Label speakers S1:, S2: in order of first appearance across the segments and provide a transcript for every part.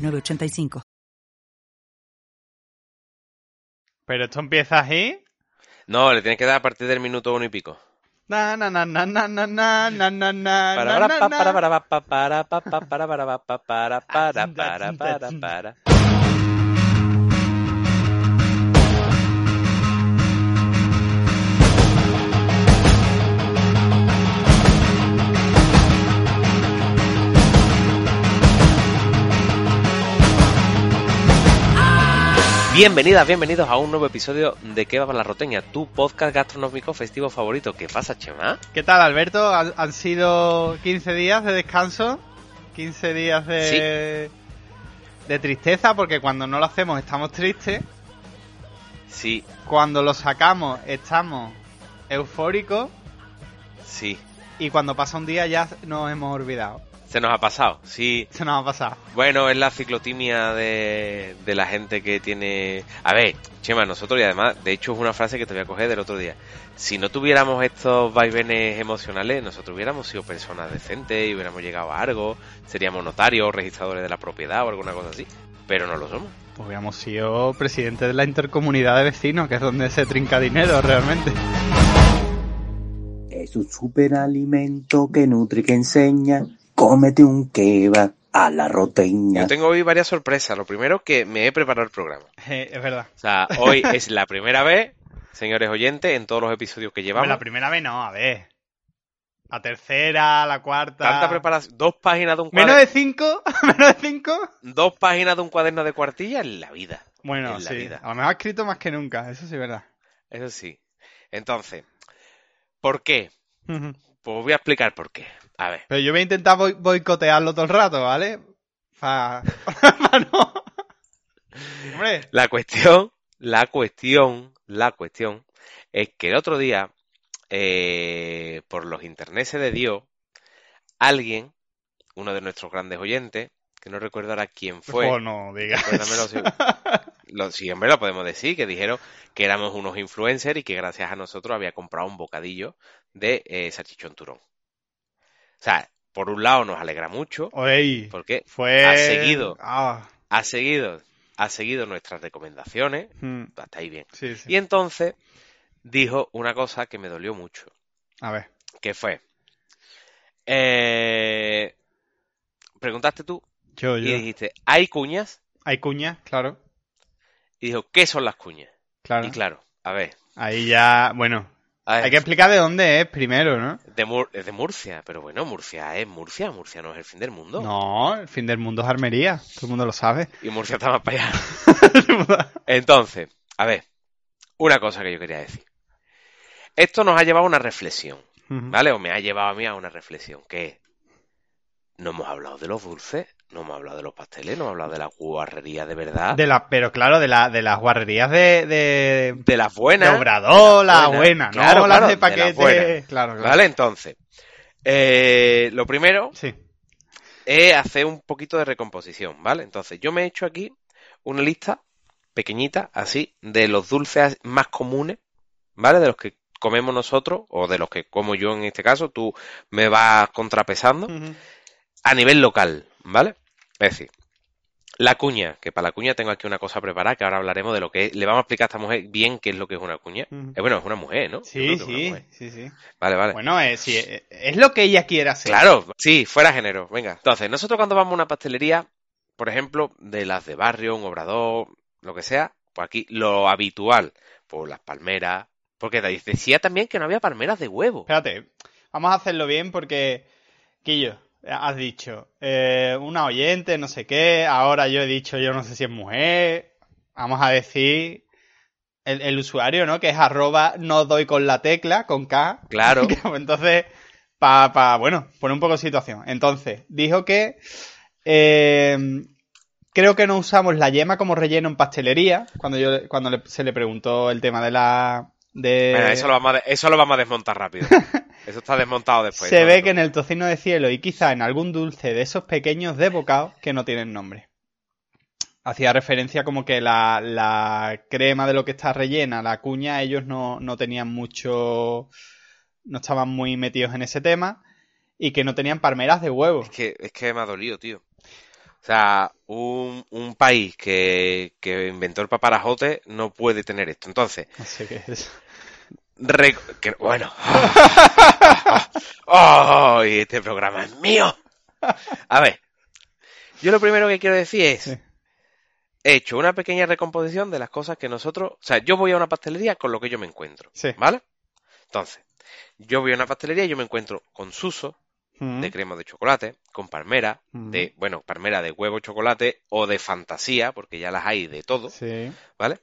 S1: 985.
S2: Pero esto empieza así.
S3: No, le tienes que dar a partir del minuto uno y pico.
S2: Na, na, na, na, na, na, na, na, na, na, na,
S3: Para para pa,
S2: na.
S3: para para pa, para pa, pa, para para pa, para para para para para. Bienvenidas, bienvenidos a un nuevo episodio de ¿Qué va para la roteña? Tu podcast gastronómico festivo favorito. ¿Qué pasa, Chema?
S2: ¿Qué tal, Alberto? Han, han sido 15 días de descanso, 15 días de, de tristeza, porque cuando no lo hacemos estamos tristes,
S3: Sí,
S2: cuando lo sacamos estamos eufóricos
S3: sí.
S2: y cuando pasa un día ya nos hemos olvidado.
S3: Se nos ha pasado. Sí,
S2: Se nos ha pasado.
S3: Bueno, es la ciclotimia de, de la gente que tiene... A ver, Chema, nosotros y además, de hecho es una frase que te voy a coger del otro día. Si no tuviéramos estos vaivenes emocionales, nosotros hubiéramos sido personas decentes y hubiéramos llegado a algo, seríamos notarios, registradores de la propiedad o alguna cosa así, pero no lo somos.
S2: Pues hubiéramos sido presidente de la intercomunidad de vecinos, que es donde se trinca dinero realmente.
S4: Es un superalimento que nutre y que enseña. Cómete un kebab a la roteña.
S3: Yo tengo hoy varias sorpresas. Lo primero que me he preparado el programa.
S2: Eh, es verdad.
S3: O sea, hoy es la primera vez, señores oyentes, en todos los episodios que
S2: Hombre,
S3: llevamos.
S2: La primera vez no, a ver. La tercera, la cuarta.
S3: Tanta preparación, dos páginas de un cuadro.
S2: Menos de cinco, menos de cinco.
S3: dos páginas de un cuaderno de cuartilla en la vida.
S2: Bueno,
S3: En la
S2: sí.
S3: vida.
S2: A lo mejor ha escrito más que nunca, eso sí es verdad.
S3: Eso sí. Entonces, ¿por qué? Pues os voy a explicar por qué. A ver.
S2: Pero yo voy a intentar boi- boicotearlo todo el rato, ¿vale? Para no. Hombre,
S3: La cuestión, la cuestión, la cuestión es que el otro día, eh, por los internets de Dios, alguien, uno de nuestros grandes oyentes, que no recuerdo ahora quién fue,
S2: oh, no digas.
S3: Recuérdamelo, Pues sí. Lo- sí, hombre, lo podemos decir, que dijeron que éramos unos influencers y que gracias a nosotros había comprado un bocadillo de eh, salchichón turón. O sea, por un lado nos alegra mucho,
S2: Oye,
S3: porque
S2: fue.
S3: ha seguido.
S2: Ah,
S3: ha seguido, ha seguido nuestras recomendaciones,
S2: mm,
S3: hasta ahí bien.
S2: sí, sí.
S3: Y entonces dijo una cosa que me dolió mucho,
S2: A ver.
S3: que fue, eh, preguntaste tú
S2: Yo,
S3: y
S2: yo.
S3: dijiste, ¿hay cuñas?
S2: Hay cuñas, claro.
S3: Y dijo, ¿qué son las cuñas?
S2: Claro.
S3: Y claro, a ver.
S2: Ahí ya. Bueno,
S3: a ver,
S2: hay que explicar de dónde es primero, ¿no?
S3: De, Mur- es de Murcia, pero bueno, Murcia es Murcia, Murcia no es el fin del mundo.
S2: No, el fin del mundo es armería. Todo el mundo lo sabe.
S3: Y Murcia está más para allá. Entonces, a ver, una cosa que yo quería decir. Esto nos ha llevado a una reflexión,
S2: Mm.
S3: ¿vale? O me ha llevado a mí a una reflexión, que es, no hemos hablado de los dulces, no hemos hablado de los pasteles, no hemos hablado de la guarrería de verdad, de,
S2: De la, pero claro, de, la, de las guarrerías de, de,
S3: las
S2: de
S3: buenas,
S2: Obrador,
S3: la
S2: la
S3: buena,
S2: buena, ¿no?
S3: claro,
S2: las
S3: claro, de
S2: de
S3: la
S2: paquete.
S3: buena.
S2: claro, claro.
S3: ¿vale? Entonces, eh, lo primero
S2: Sí.
S3: es hacer un poquito de recomposición, ¿vale? Entonces, yo me he hecho aquí una lista pequeñita, así, de los dulces más comunes, ¿vale? De los que comemos nosotros, o de los que como yo en este caso, tú me vas contrapesando, a nivel local, ¿vale? Es decir, la cuña, que para la cuña tengo aquí una cosa preparada, que ahora hablaremos de lo que es, le vamos a explicar a esta mujer bien qué es lo que es una cuña.
S2: Ujú.
S3: Eh, bueno, es una mujer, ¿no? Yo
S2: Sí,
S3: creo que es una
S2: sí,
S3: mujer.
S2: sí, sí.
S3: Vale, vale.
S2: Bueno, es, sí, es- es lo que ella quiere hacer.
S3: Claro, sí, fuera género. Venga. Entonces, nosotros cuando vamos a una pastelería, por ejemplo, de las de barrio, un obrador, lo que sea, pues aquí lo habitual, pues las palmeras. Porque te decía también que no había palmeras de huevo.
S2: Espérate, vamos a hacerlo bien porque, Quillo, has dicho, eh, una oyente, no sé qué, ahora yo he dicho, yo no sé si es mujer, vamos a decir el, el usuario, ¿no? Que es arroba no doy con la tecla, con K. Pues
S3: Claro.
S2: Entonces, para, pa, bueno, poner un poco de situación. Entonces, dijo que eh, creo que no usamos la yema como relleno en pastelería, cuando yo cuando le- se le preguntó el tema de la... De...
S3: Venga, eso, lo vamos a de- eso lo vamos a desmontar rápido. Eso está desmontado después.
S2: se
S3: no
S2: ve
S3: te
S2: que en el tocino de cielo y quizá en algún dulce de esos pequeños de bocado que no tienen nombre. Hacía referencia como que la, la crema de lo que está rellena, la cuña, ellos no, no tenían mucho... no estaban muy metidos en ese tema y que no tenían palmeras de huevo.
S3: Es que, es que me ha dolido, tío. O sea, un, un país que, que inventó el paparajote no puede tener esto. Entonces,
S2: No sé qué es.
S3: re- que- bueno. ¡Oh! y este programa es mío! A ver, yo lo primero que quiero decir es,
S2: Sí.
S3: he hecho una pequeña recomposición de las cosas que nosotros, o sea, yo voy a una pastelería con lo que yo me encuentro,
S2: Sí.
S3: ¿vale? Entonces, yo voy a una pastelería y yo me encuentro con suso,
S2: Mm.
S3: de crema de chocolate, con palmera,
S2: Ujú.
S3: de, bueno, palmera de huevo chocolate o de fantasía, porque ya las hay de todo,
S2: Sí.
S3: ¿vale?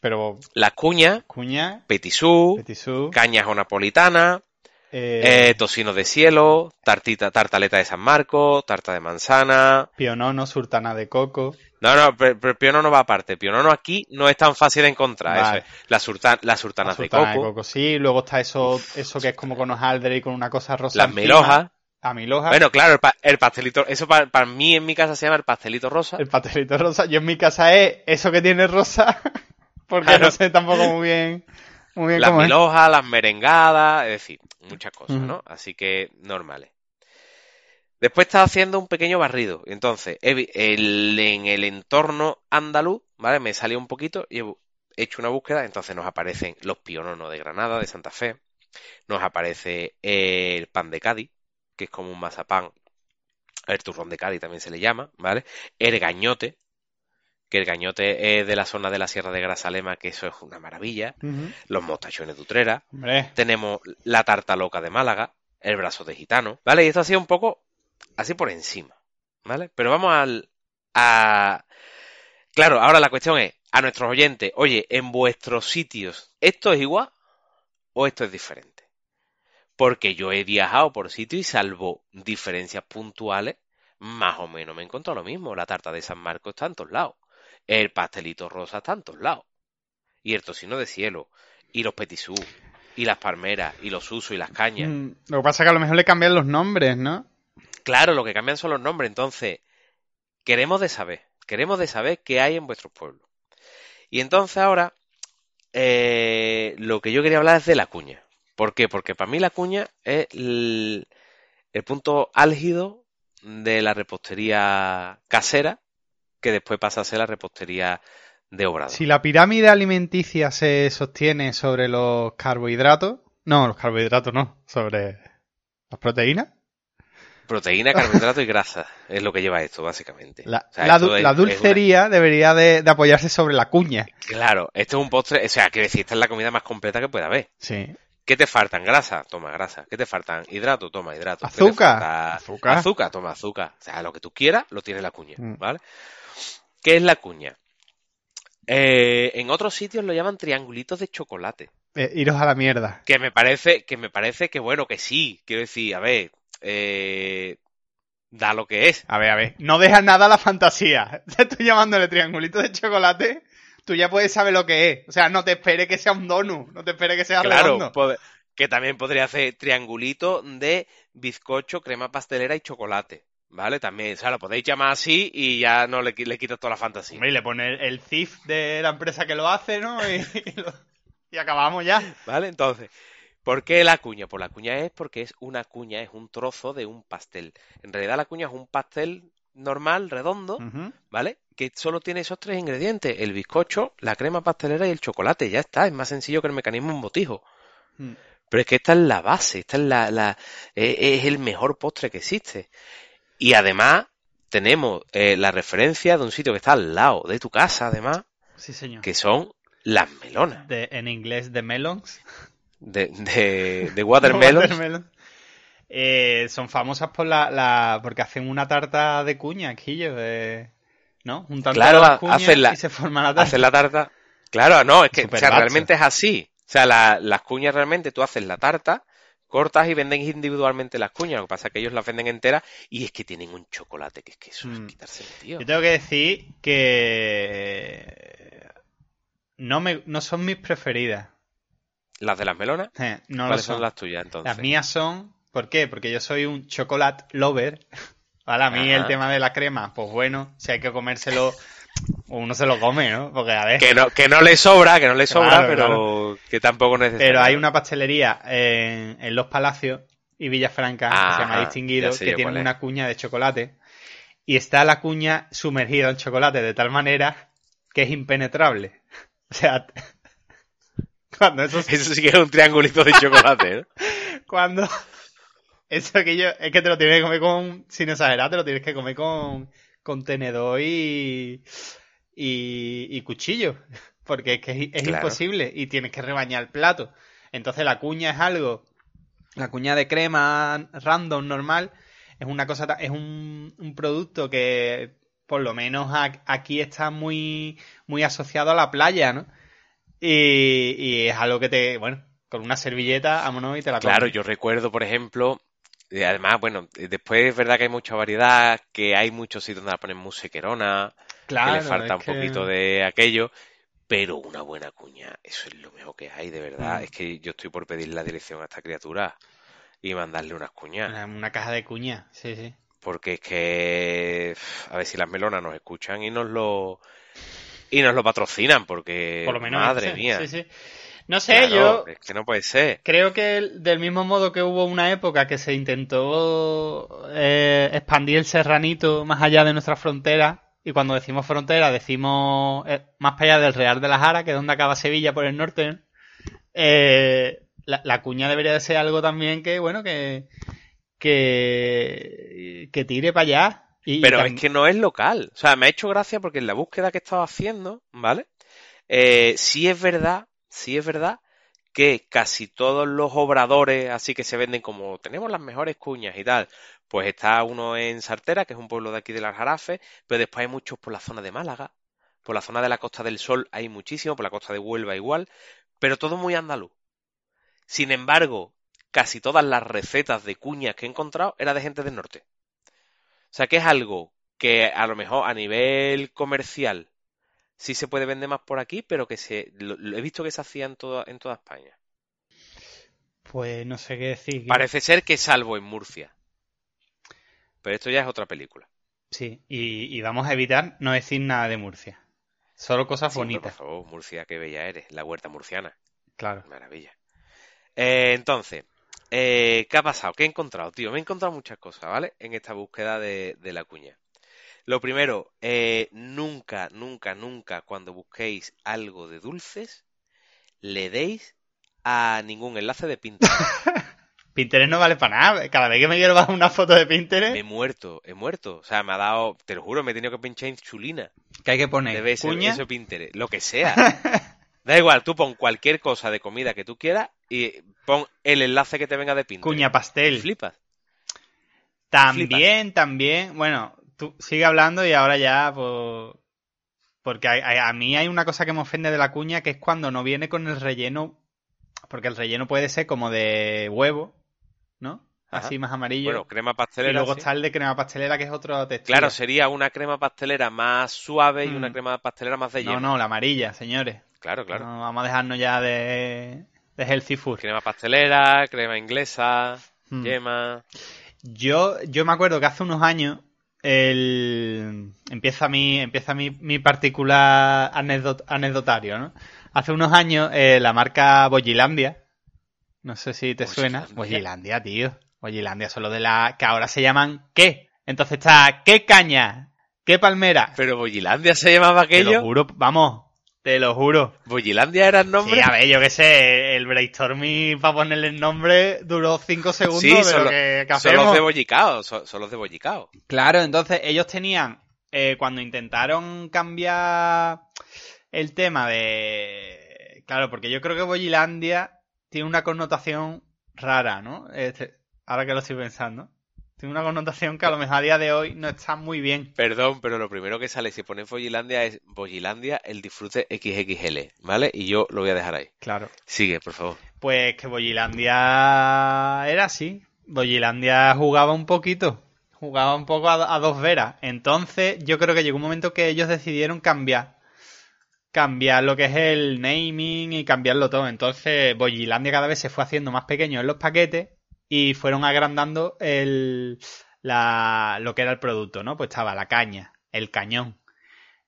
S2: Pero
S3: Las cuñas,
S2: cuña,
S3: petisú,
S2: petisú,
S3: cañas o napolitana,
S2: eh,
S3: Uh, eh, tocino de cielo, tartita, tartaleta de San Marcos, tarta de manzana.
S2: pionono, surtana de coco.
S3: No, no, pero, pero pionono va aparte. Pionono aquí no es tan fácil de encontrar.
S2: Vale.
S3: Eso es. La, surta- las surtanas
S2: La
S3: de
S2: sultana
S3: coco,
S2: sí. Luego está eso, eso que es como con hojaldre y con una cosa rosa.
S3: las
S2: encima.
S3: melojas.
S2: La miloja.
S3: Bueno, claro, el, pa- el pastelito, eso pa- para mí en mi casa se llama el pastelito rosa.
S2: El pastelito rosa. Yo en mi casa es eso que tiene rosa. Porque
S3: Claro.
S2: no sé tampoco muy bien, muy bien
S3: Ah, las
S2: cómo es.
S3: milojas, las merengadas, es decir, muchas cosas,
S2: Ujú.
S3: ¿no? Así que normales. Después estaba haciendo un pequeño barrido. Entonces, he vi- el- en el entorno andaluz, ¿vale? Me salió un poquito y he bu- he hecho una búsqueda. Entonces nos aparecen los piononos de Granada, de Santa Fe. Nos aparece el pan de Cádiz, que es como un mazapán. El turrón de Cádiz también se le llama, ¿vale? El gañote, que el gañote es de la zona de la Sierra de Grazalema, que eso es una maravilla
S2: Ujú.
S3: los mostachones de Utrera,
S2: Hombre,
S3: tenemos la tarta loca de Málaga, el brazo de gitano, ¿vale? Y esto ha sido un poco así por encima, ¿vale? Pero vamos al... A... Claro, ahora la cuestión es, a nuestros oyentes, oye, en vuestros sitios, ¿esto es igual o esto es diferente? Porque yo he viajado por sitios y salvo diferencias puntuales, más o menos me encuentro lo mismo. La tarta de San Marcos está en todos lados. El pastelito rosa está en todos lados. Y el tocino de cielo. Y los petisú. Y las palmeras. Y los usos. Y las cañas.
S2: mm, lo que pasa es que a lo mejor le cambian los nombres, ¿no?
S3: Claro, lo que cambian son los nombres. Entonces, queremos de saber. Queremos de saber qué hay en vuestros pueblos. Y entonces ahora, eh, lo que yo quería hablar es de la cuña. ¿Por qué? Porque para mí la cuña es el, el punto álgido de la repostería casera, que después pasa a ser la repostería de obrador.
S2: Si la pirámide alimenticia se sostiene sobre los carbohidratos. No, los carbohidratos no. Sobre las proteínas.
S3: Proteína, carbohidrato y grasa es lo que lleva esto, básicamente.
S2: La,
S3: O sea,
S2: la
S3: esto
S2: du-
S3: es-
S2: la
S3: es una-
S2: dulcería debería de, de apoyarse sobre la cuña.
S3: Claro, esto es un postre, o sea, quiero decir, esta es la comida más completa que puede haber.
S2: Sí.
S3: ¿Qué te faltan? Grasa, toma grasa. ¿Qué te faltan? Hidrato, toma hidrato. ¿Qué te
S2: Azúcar,
S3: falta?
S2: azúcar.
S3: Azúcar, toma azúcar. O sea, lo que tú quieras, lo tiene la cuña,
S2: Mm.
S3: ¿vale? ¿Qué es la cuña? Eh, en otros sitios lo llaman triangulitos de chocolate.
S2: Eh, iros a la mierda.
S3: Que me parece, que me parece que bueno, que sí. Quiero decir, a ver, eh, da lo que es.
S2: A ver, a ver. No dejas nada a la fantasía. Te estoy llamándole triangulito de chocolate. Tú ya puedes saber lo que es. O sea, no te espere que sea un donut. No te espere que sea
S3: Claro,
S2: redondo.
S3: pod- que también podría hacer triangulito de bizcocho, crema pastelera y chocolate. ¿Vale? También, o sea, lo podéis llamar así y ya no le, qui- le quitas toda la fantasía.
S2: Hombre, y le pone el- el CIF de la empresa que lo hace, ¿no? Y, y lo- y acabamos ya.
S3: ¿Vale? Entonces, ¿por qué la cuña? Pues la cuña es porque es una cuña, es un trozo de un pastel. En realidad la cuña es un pastel normal, redondo,
S2: Mm.
S3: ¿vale? Que solo tiene esos tres ingredientes, el bizcocho, la crema pastelera y el chocolate. Ya está, es más sencillo que el mecanismo un botijo. Pero es que esta es la base, esta es la, la- eh, es el mejor postre que existe. Y además tenemos eh, la referencia de un sitio que está al lado de tu casa, además,
S2: Sí, señor.
S3: que son las melonas
S2: en inglés, de melons.
S3: de, de, de watermelon.
S2: Watermelon. Eh, son famosas por la, la- porque hacen una tarta de cuña, Quillo, de- ¿no? Juntan
S3: Claro,
S2: todas las cuñas
S3: hacen la-
S2: y se forma la tarta.
S3: Haces la tarta. Claro, no, es que o sea,
S2: Superbacho.
S3: realmente es así. O sea, la- las cuñas realmente tú haces la tarta, cortas y venden individualmente las cuñas. Lo que pasa es que ellos las venden enteras y es que tienen un chocolate que es que eso
S2: Mm.
S3: es quitarse el tío.
S2: Yo tengo que decir que no me no son mis preferidas.
S3: Las de las melonas,
S2: Eh, No lo
S3: ¿cuáles son
S2: son.
S3: las tuyas entonces?
S2: Las mías son. ¿Por qué? Porque yo soy un chocolate lover. Vale, a mí
S3: Ajá.
S2: el tema de la crema, pues bueno, si hay que comérselo, uno se lo come, ¿no? Porque a ver.
S3: Que no, que no le sobra, que no le sobra,
S2: Claro,
S3: pero que tampoco necesita.
S2: Pero hay una pastelería en, en Los Palacios y Villafranca, que se llama
S3: Ah,
S2: Distinguido,
S3: ya sé
S2: que
S3: yo cuál
S2: tiene
S3: es.
S2: una cuña de chocolate. Y está la cuña sumergida en chocolate de tal manera que es impenetrable. O sea, cuando eso se-
S3: Eso sí que es un triangulito de chocolate, ¿no?
S2: cuando eso que yo es que te lo tienes que comer con sin exagerar te lo tienes que comer con con tenedor y y, y cuchillo porque es que es, es
S3: Claro.
S2: imposible y tienes que rebañar el plato entonces la cuña es algo la cuña de crema random normal es una cosa ta- es un, un producto que por lo menos a- aquí está muy muy asociado a la playa no y, y es algo que te bueno con una servilleta vámonos y te la comes.
S3: Claro, yo recuerdo, por ejemplo, eh, además, bueno, eh, después es verdad que hay mucha variedad, que hay muchos sitios donde la ponen muy sequerona, que
S2: Claro,
S3: le falta
S2: es
S3: un
S2: que-
S3: poquito de aquello, pero una buena cuña, eso es lo mejor que hay, de verdad.
S2: Mm.
S3: Es que yo estoy por pedir la dirección a esta criatura y mandarle unas cuñas,
S2: Una, una caja de cuña, sí, sí.
S3: porque es que pf, a ver si las melonas nos escuchan y nos lo y nos lo patrocinan, porque
S2: Por lo menos.
S3: Eh, madre
S2: sí,
S3: mía,
S2: Sí, sí. No sé, yo
S3: claro, es que no puede ser.
S2: creo que el- del mismo modo que hubo una época que se intentó eh, expandir el serranito más allá de nuestra frontera, y cuando decimos frontera decimos eh, más para allá del Real de la Jara, que es donde acaba Sevilla por el norte, ¿no? Eh, la, la cuña debería de ser algo también que, bueno, que, que, que tire para allá. Y, y
S3: Pero es
S2: tam-
S3: que no es local. O sea, me ha hecho gracia porque en la búsqueda que he estado haciendo, ¿vale? Eh, sí es verdad, sí es verdad que casi todos los obradores, así que se venden como tenemos las mejores cuñas y tal, pues está uno en Sartera, que es un pueblo de aquí de las Jarafes, pero después hay muchos por la zona de Málaga, por la zona de la Costa del Sol hay muchísimo, por la costa de Huelva igual, pero todo muy andaluz. Sin embargo, casi todas las recetas de cuñas que he encontrado era de gente del norte. O sea, que es algo que a lo mejor a nivel comercial sí se puede vender más por aquí, pero que se lo- lo he visto que se hacía en toda, en toda España.
S2: Pues no sé qué decir. Guille.
S3: Parece ser que salvo en Murcia. Pero esto ya es otra película.
S2: Sí, y, y vamos a evitar no decir nada de Murcia. Solo cosas
S3: Sí, hombre, por
S2: bonitas.
S3: favor, Murcia, qué bella eres. La huerta murciana.
S2: Claro.
S3: Maravilla. Eh, entonces, eh, ¿qué ha pasado? ¿Qué he encontrado, tío? Me he encontrado muchas cosas, ¿vale? En esta búsqueda de, de la cuña. Lo primero, eh, nunca, nunca, nunca cuando busquéis algo de dulces, le deis a ningún enlace de Pinterest.
S2: Pinterest no vale para nada. Cada vez que me quiero bajar una foto de
S3: Me he
S2: Pinterest,
S3: muerto, he muerto. O sea, me ha dado, te lo juro, me he tenido que pinchar en chulina.
S2: que hay que poner
S3: Debe ser
S2: cuña.
S3: eso Pinterest, lo que sea. Da igual, tú pon cualquier cosa de comida que tú quieras y pon el enlace que te venga de Pinterest.
S2: Cuña pastel.
S3: Flipas.
S2: También, también. Bueno, tú sigue hablando y ahora ya, pues. Porque hay- hay- a mí hay una cosa que me ofende de la cuña que es cuando no viene con el relleno. Porque el relleno puede ser como de huevo, ¿no?
S3: Ajá.
S2: Así más amarillo.
S3: Bueno, crema
S2: y
S3: pastelera.
S2: luego
S3: sí.
S2: está el de crema pastelera que es otro textura.
S3: Claro, sería una crema pastelera más suave y una
S2: Mm.
S3: crema pastelera más de
S2: No,
S3: lleno.
S2: no, la amarilla, señores.
S3: Claro, claro.
S2: No, vamos a dejarnos ya de, de healthy food.
S3: Crema pastelera, crema inglesa,
S2: Mm.
S3: yema.
S2: Yo, yo me acuerdo que hace unos años el... empieza mi, empieza mi, mi particular anécdot- anecdotario, ¿no? Hace unos años eh, la marca Boyilandia, no sé si te suena,
S3: Boyilandia.
S2: Boyilandia, tío. Boyilandia son los de la que ahora se llaman ¿qué? Entonces está ¿qué caña? ¿qué palmera?
S3: Pero Boyilandia se llamaba
S2: Te lo
S3: aquello.
S2: juro, vamos, te lo juro.
S3: Boyilandia era el
S2: Sí,
S3: nombre.
S2: a ver, yo qué sé, el brainstorming para ponerle el nombre duró cinco segundos
S3: Sí,
S2: de
S3: son
S2: lo
S3: los-
S2: que, que
S3: son
S2: hacemos.
S3: los de Bollicao, son, son los de Bollicao.
S2: Claro, entonces ellos tenían, eh, cuando intentaron cambiar el tema de... Claro, porque yo creo que Boyilandia tiene una connotación rara, ¿no? Este- ahora que lo estoy pensando. Tiene una connotación que a lo mejor a día de hoy no está muy bien.
S3: Perdón, pero lo primero que sale si ponen Follilandia es Follilandia, el disfrute XXL, ¿vale? Y yo lo voy a dejar ahí.
S2: Claro.
S3: Sigue, por favor.
S2: Pues que Boyilandia era así. Boyilandia jugaba un poquito. Jugaba un poco a, a dos veras. Entonces, yo creo que llegó un momento que ellos decidieron cambiar. Cambiar lo que es el naming y cambiarlo todo. Entonces, Boyilandia cada vez se fue haciendo más pequeño en los paquetes y fueron agrandando el, la, lo que era el producto, ¿no? Pues estaba la caña, el cañón,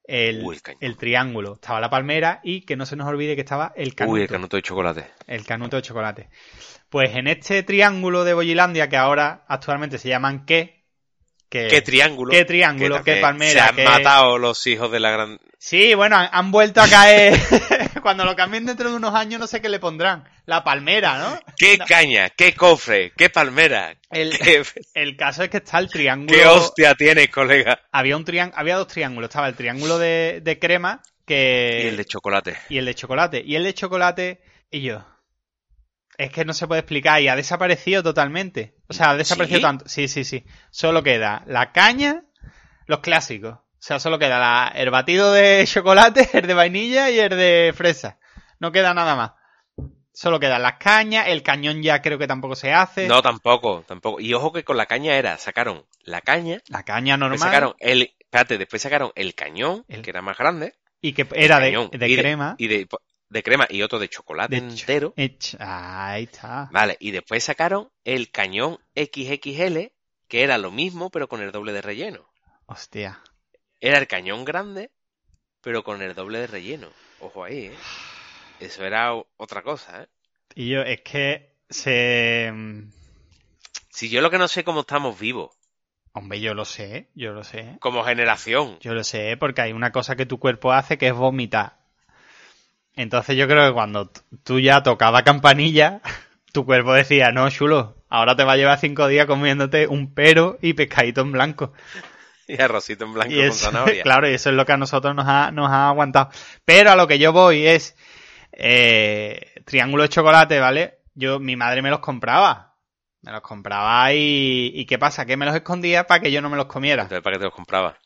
S2: el,
S3: Uy, el cañón.
S2: el triángulo, estaba la palmera y que no se nos olvide que estaba el canuto.
S3: Uy, el canuto de chocolate.
S2: El canuto de chocolate. Pues en este triángulo de Boyilandia, que ahora actualmente se llaman qué. Que,
S3: ¿Qué triángulo?
S2: Eh, qué triángulo,
S3: también
S2: qué palmera,
S3: Se han
S2: qué-
S3: matado los hijos de la gran...
S2: sí, bueno, han, han vuelto a caer. Cuando lo cambien dentro de unos años, no sé qué le pondrán. La palmera, ¿no?
S3: ¡Qué caña! ¡Qué cofre! ¡Qué palmera!
S2: El,
S3: ¡Qué,
S2: el caso es que está el triángulo.
S3: qué hostia tienes, colega!
S2: Había, un trián- había dos triángulos. Estaba el triángulo de, de crema que...
S3: Y el de chocolate.
S2: y el de chocolate. Y el de chocolate, y yo. Es que no se puede explicar y ha desaparecido totalmente. O sea, ha desaparecido
S3: ¿Sí?
S2: tanto. Sí, sí, sí. Solo queda la caña, los clásicos. O sea, solo queda la- el batido de chocolate, el de vainilla y el de fresa. No queda nada más. Solo quedan las cañas, el cañón ya creo que tampoco se hace.
S3: No, tampoco, tampoco. Y ojo que con la caña era, sacaron la caña,
S2: La caña
S3: después
S2: normal.
S3: sacaron el... Espérate, después sacaron el cañón,
S2: El-
S3: que era más grande.
S2: Y que era de,
S3: cañón,
S2: de
S3: y
S2: crema.
S3: Y de, de crema y otro de chocolate
S2: De cho-
S3: entero.
S2: Ech- Ahí está.
S3: Vale, y después sacaron el cañón XXL, que era lo mismo, pero con el doble de relleno.
S2: Hostia.
S3: Era el cañón grande, pero con el doble de relleno. Ojo ahí, ¿eh? Eso era o- otra cosa, ¿eh?
S2: Y yo, es que se...
S3: Si yo lo que no sé cómo estamos vivos,
S2: Hombre, yo lo sé, yo lo sé.
S3: como generación.
S2: Yo lo sé, porque hay una cosa que tu cuerpo hace que es vomitar. Entonces yo creo que cuando t- tú ya tocaba campanilla, tu cuerpo decía, no, chulo, ahora te va a llevar cinco días comiéndote un pero y pescadito en blanco.
S3: Y arrocito en blanco
S2: Y
S3: con
S2: eso-
S3: zanahoria.
S2: claro, y eso es lo que a nosotros nos ha, nos ha aguantado. Pero a lo que yo voy es eh, triángulo de chocolate, ¿vale? Yo, mi madre me los compraba. Me los compraba y, y ¿qué pasa? Que me los escondía para que yo no me los comiera.
S3: Entonces, ¿para qué te los compraba?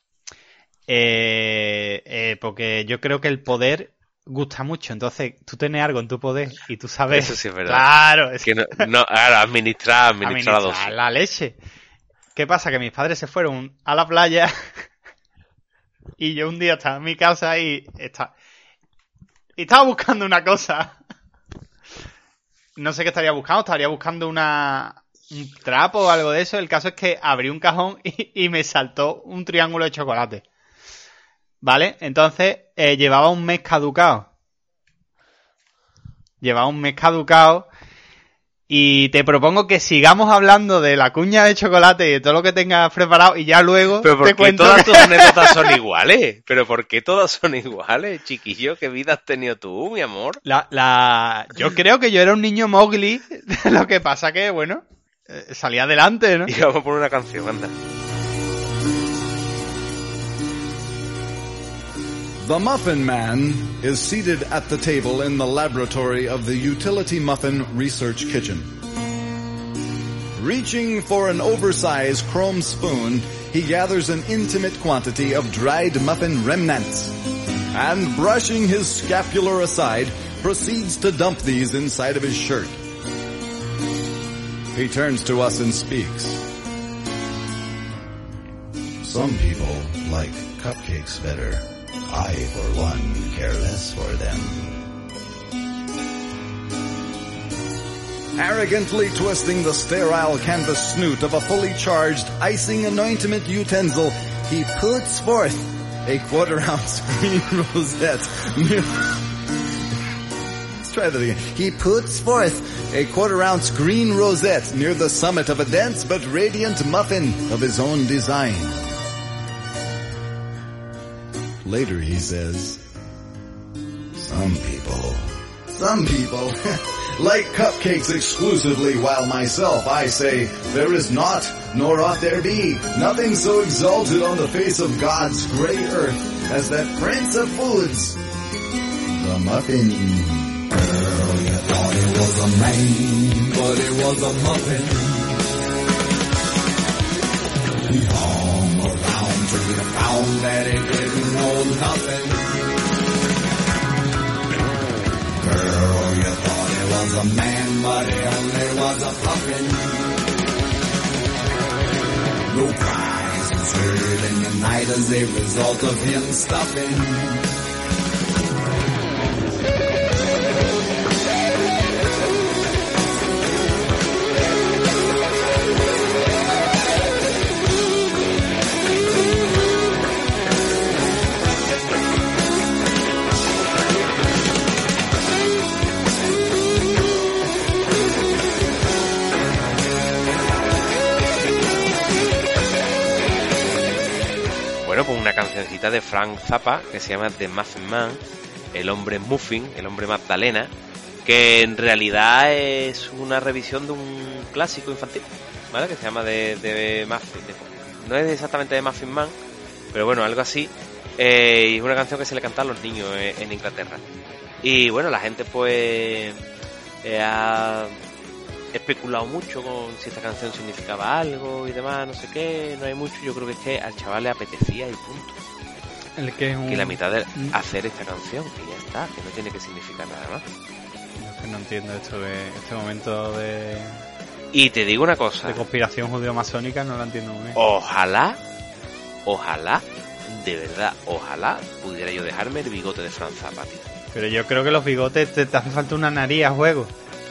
S2: Eh, eh, porque yo creo que el poder gusta mucho. Entonces, tú tienes algo en tu poder y tú sabes.
S3: Eso sí es verdad.
S2: Claro, es
S3: Que no, no, ahora, administrar, administrar la dosis.
S2: administrar la leche. ¿Qué pasa? Que mis padres se fueron a la playa y yo un día estaba en mi casa y, está, y estaba buscando una cosa. No sé qué estaría buscando, estaría buscando una, un trapo o algo de eso. El caso es que abrí un cajón y, y me saltó un triángulo de chocolate. ¿Vale? Entonces eh, llevaba un mes caducado. Llevaba un mes caducado. Y te propongo que sigamos hablando de la cuña de chocolate y de todo lo que tengas preparado y ya luego
S3: Pero
S2: te
S3: porque
S2: cuento
S3: todas tus anécdotas son iguales? ¿Pero por qué todas son iguales, chiquillo? ¿Qué vida has tenido tú, mi amor?
S2: La, la... Yo creo que yo era un niño Mowgli, lo que pasa que, bueno, eh, salía adelante, ¿no?
S3: Y vamos a poner una canción, anda.
S5: The Muffin Man is seated at the table in the laboratory of the Utility Muffin Research Kitchen. Reaching for an oversized chrome spoon, he gathers an intimate quantity of dried muffin remnants and brushing his scapular aside, proceeds to dump these inside of his shirt. He turns to us and speaks.
S6: Some people like cupcakes better. I, for one, care less for them.
S5: Arrogantly twisting the sterile canvas snoot of a fully charged icing anointment utensil, he puts forth a quarter ounce green rosette. Let's try that again. He puts forth a quarter ounce green rosette near the summit of a dense but radiant muffin of his own design. Later he says,
S6: Some people
S5: some people like cupcakes exclusively, while myself I say, there is not, nor ought there be, nothing so exalted on the face of God's great earth as that prince of foods, the muffin. Girl, you thought it was a man, but it was a muffin.
S6: hung around till he found that he didn't know nothing. Girl, you thought he was a man, but he only was a puppet. No cries was heard in the night as a result of him stuffing.
S3: Bueno, pues una cancioncita de Frank Zappa que se llama The Muffin Man, el hombre Muffin, el hombre Magdalena, que en realidad es una revisión de un clásico infantil, ¿vale? Que se llama de, de Muffin. de- no es exactamente de Muffin Man, pero bueno, algo así. Eh, y es una canción que se le canta a los niños eh, en Inglaterra. Y bueno, la gente pues eh, ha especulado mucho con si esta canción significaba algo y demás, no sé qué, no hay mucho. Yo creo que es que al chaval le apetecía y punto.
S2: El que es un...
S3: Que la mitad de
S2: Mm.
S3: hacer esta canción, que ya está, que no tiene que significar nada más.
S2: Yo es que no entiendo esto de este momento de,
S3: Y te digo una cosa,
S2: de conspiración judeo-masónica, no lo entiendo muy bien.
S3: Oh. ojalá, ojalá, de verdad, ojalá pudiera yo dejarme el bigote de Franz Zappa, tío.
S2: Pero yo creo que los bigotes te, te hace falta una nariz a juego.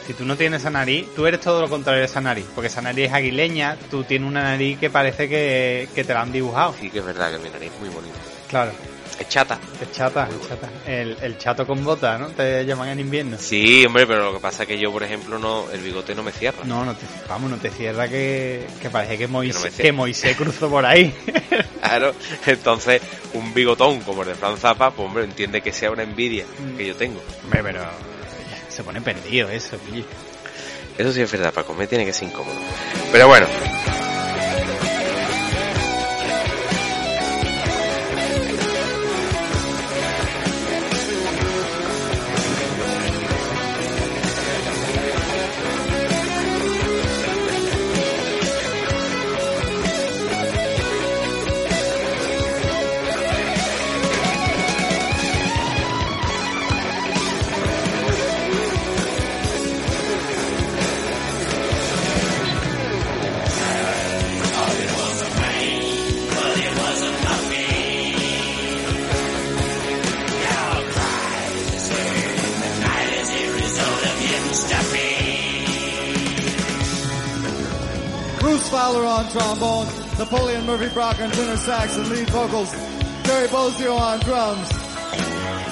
S2: Si tú no tienes esa nariz, tú eres todo lo contrario de esa nariz. Porque esa nariz es aguileña, tú tienes una nariz que parece que, que te la han dibujado.
S3: Sí que es verdad que mi nariz es muy bonita.
S2: Claro,
S3: Es chata.
S2: es chata, es chata. El, el chato con bota, ¿no? Te llaman en invierno.
S3: Sí, hombre, pero lo que pasa es que yo, por ejemplo, no, el bigote no me cierra.
S2: No, no te, vamos, no te cierra que, que parece que
S3: Que no me
S2: Moisés,
S3: cierra.
S2: que Moisés cruzó por ahí.
S3: Claro, entonces un bigotón como el de Franz Zappa, pues hombre, entiende que sea una envidia que yo tengo.
S2: Hombre, pero se pone perdido eso, pillo.
S3: Eso sí es verdad, Paco, me tiene que ser incómodo. Pero bueno.
S5: Bruce Fowler on trombone, Napoleon Murphy Brock on tenor sax and lead vocals, Terry Bozzio on drums,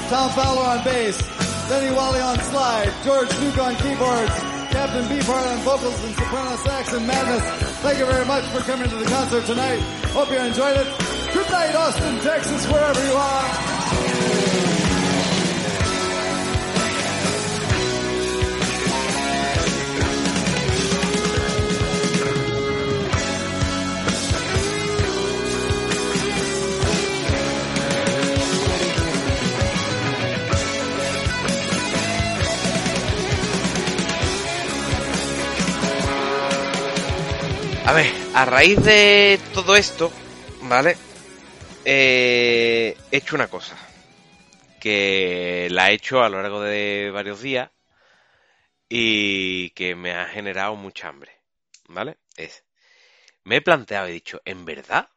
S5: Tom Fowler on bass, Lenny Wally on slide, George Duke on keyboards, Captain Beefheart on vocals and soprano sax and madness. Thank you very much for coming to the concert tonight. Hope you enjoyed it. Good night, Austin, Texas, wherever you are.
S3: A ver, a raíz de todo esto, ¿vale? Eh, he hecho una cosa. Que la he hecho a lo largo de varios días y que me ha generado mucha hambre, ¿vale? Es, me he planteado, he dicho, en verdad,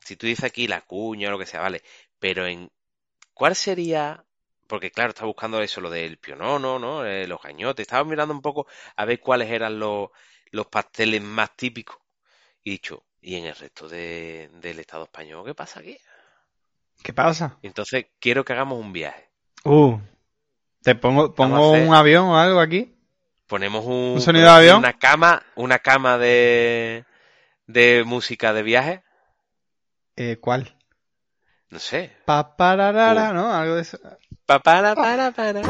S3: si tú dices aquí la cuña o lo que sea, ¿vale? Pero en, ¿cuál sería? Porque claro, está buscando eso, lo del pionono, ¿no? Eh, los gañotes. Estaba mirando un poco a ver cuáles eran los, los pasteles más típicos. Y dicho, ¿y en el resto de- del Estado español qué pasa aquí?
S2: ¿Qué pasa?
S3: Entonces quiero que hagamos un viaje.
S2: Uh, te pongo, pongo
S3: Vamos a hacer-
S2: un avión o algo aquí.
S3: Ponemos un,
S2: ¿Un sonido de avión?
S3: una cama, una cama de, de música de viaje.
S2: Eh, ¿Cuál?
S3: No sé.
S2: Pa, pararara,
S3: Uh.
S2: ¿no? Algo de eso.
S3: Pa, para, para, para.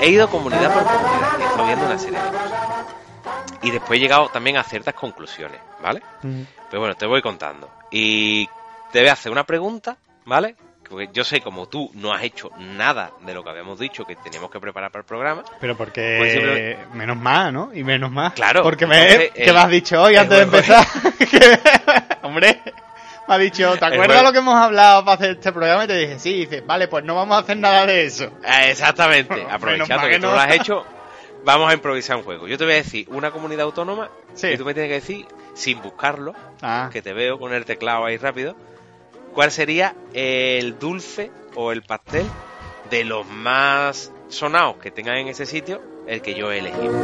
S3: He ido comunidad por comunidad, he estado viendo una serie de cosas. Y Pues después he llegado también a ciertas conclusiones, ¿vale? Pero bueno, te voy contando. Y Te voy a hacer una pregunta, ¿vale? Porque yo sé, como tú no has hecho nada de lo que habíamos dicho que teníamos que preparar para el programa,
S2: Pero porque
S3: Pues siempre-
S2: menos más, ¿no? Y menos más.
S3: Claro,
S2: Porque me,
S3: entonces, eh,
S2: que
S3: el-
S2: me has dicho hoy
S3: el
S2: antes de
S3: juego-
S2: empezar.
S3: eh.
S2: que- hombre, me ha dicho, ¿te acuerdas
S3: juego-
S2: lo que hemos hablado para hacer este programa? Y te dije, sí, y dices, vale, pues no vamos a hacer nada de eso.
S3: Ah, Exactamente,
S2: Menos
S3: aprovechando
S2: mal
S3: que
S2: que
S3: tú
S2: no.
S3: lo has hecho, vamos a improvisar un juego. Yo te voy a decir una comunidad autónoma
S2: Sí.
S3: y tú me tienes que decir, sin buscarlo,
S2: Ah,
S3: que te veo con el teclado ahí rápido, cuál sería el dulce o el pastel de los más sonados que tengan en ese sitio, el que yo he elegido.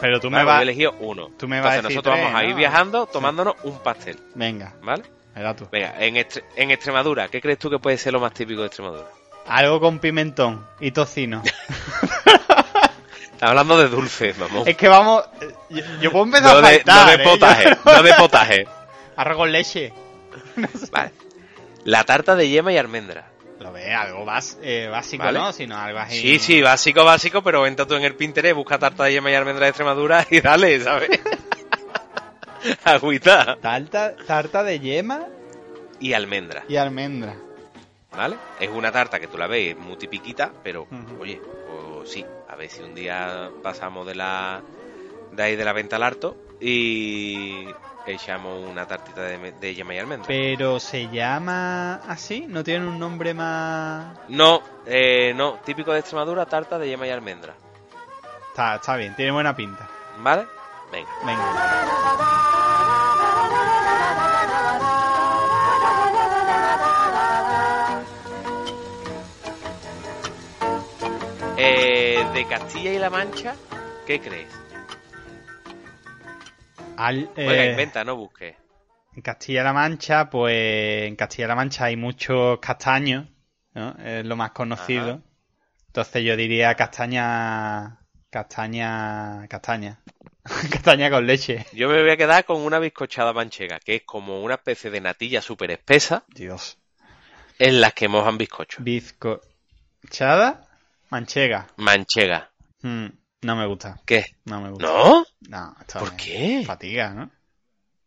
S2: pero tú
S3: ¿vale?
S2: me
S3: Yo he
S2: vas.
S3: elegido uno.
S2: tú me vas a decir
S3: Entonces nosotros
S2: tres,
S3: vamos a ir
S2: ¿no?
S3: viajando tomándonos un pastel,
S2: Venga,
S3: ¿vale?
S2: me da tú.
S3: Venga, en, Estre- en Extremadura, ¿qué crees tú que puede ser lo más típico de Extremadura?
S2: Algo con pimentón y tocino.
S3: Está hablando de dulce, mamón.
S2: es que vamos. eh, Yo, yo puedo empezar
S3: No
S2: a
S3: de,
S2: faltar.
S3: no de
S2: ¿eh?
S3: potaje,
S2: Yo-
S3: no de potaje.
S2: Arroz con leche.
S3: Vale. La tarta de yema y almendra.
S2: Lo ve, algo bas- eh, básico,
S3: Vale.
S2: ¿no? Sino algo así.
S3: Sí, sí, básico, básico, pero entra tú en el Pinterest, busca tarta de yema y almendra de Extremadura y dale, ¿sabes? Agüita.
S2: Tarta, tarta de yema
S3: Y almendra,
S2: y almendra.
S3: ¿vale? Es una tarta que tú la ves muy tipiquita, pero
S2: Ujú.
S3: oye, pues sí, a ver si un día pasamos de la de ahí de la venta al harto y echamos una tartita de, me- de yema y almendra.
S2: Pero se llama así, no tiene un nombre más.
S3: No, eh, no, típico de Extremadura, tarta de yema y almendra,
S2: Está, está bien, tiene buena pinta.
S3: ¿vale? Venga.
S2: Venga.
S3: Eh, de Castilla y La Mancha, ¿qué crees?
S2: Al, eh,
S3: Oiga, inventa, no busques.
S2: en Castilla-La Mancha, pues en Castilla-La Mancha hay muchos castaños, ¿no? Es lo más conocido.
S3: Ajá.
S2: Entonces yo diría castaña, castaña, castaña. castaña con leche.
S3: Yo me voy a quedar con una bizcochada manchega, que es como una especie de natilla súper espesa
S2: Dios.
S3: en las que mojan bizcocho.
S2: Bizcochada, manchega.
S3: Manchega.
S2: Mm, no me gusta,
S3: ¿Qué?
S2: no me gusta.
S3: ¿No?
S2: No, está
S3: ¿Por
S2: bien.
S3: qué?
S2: Fatiga, ¿no?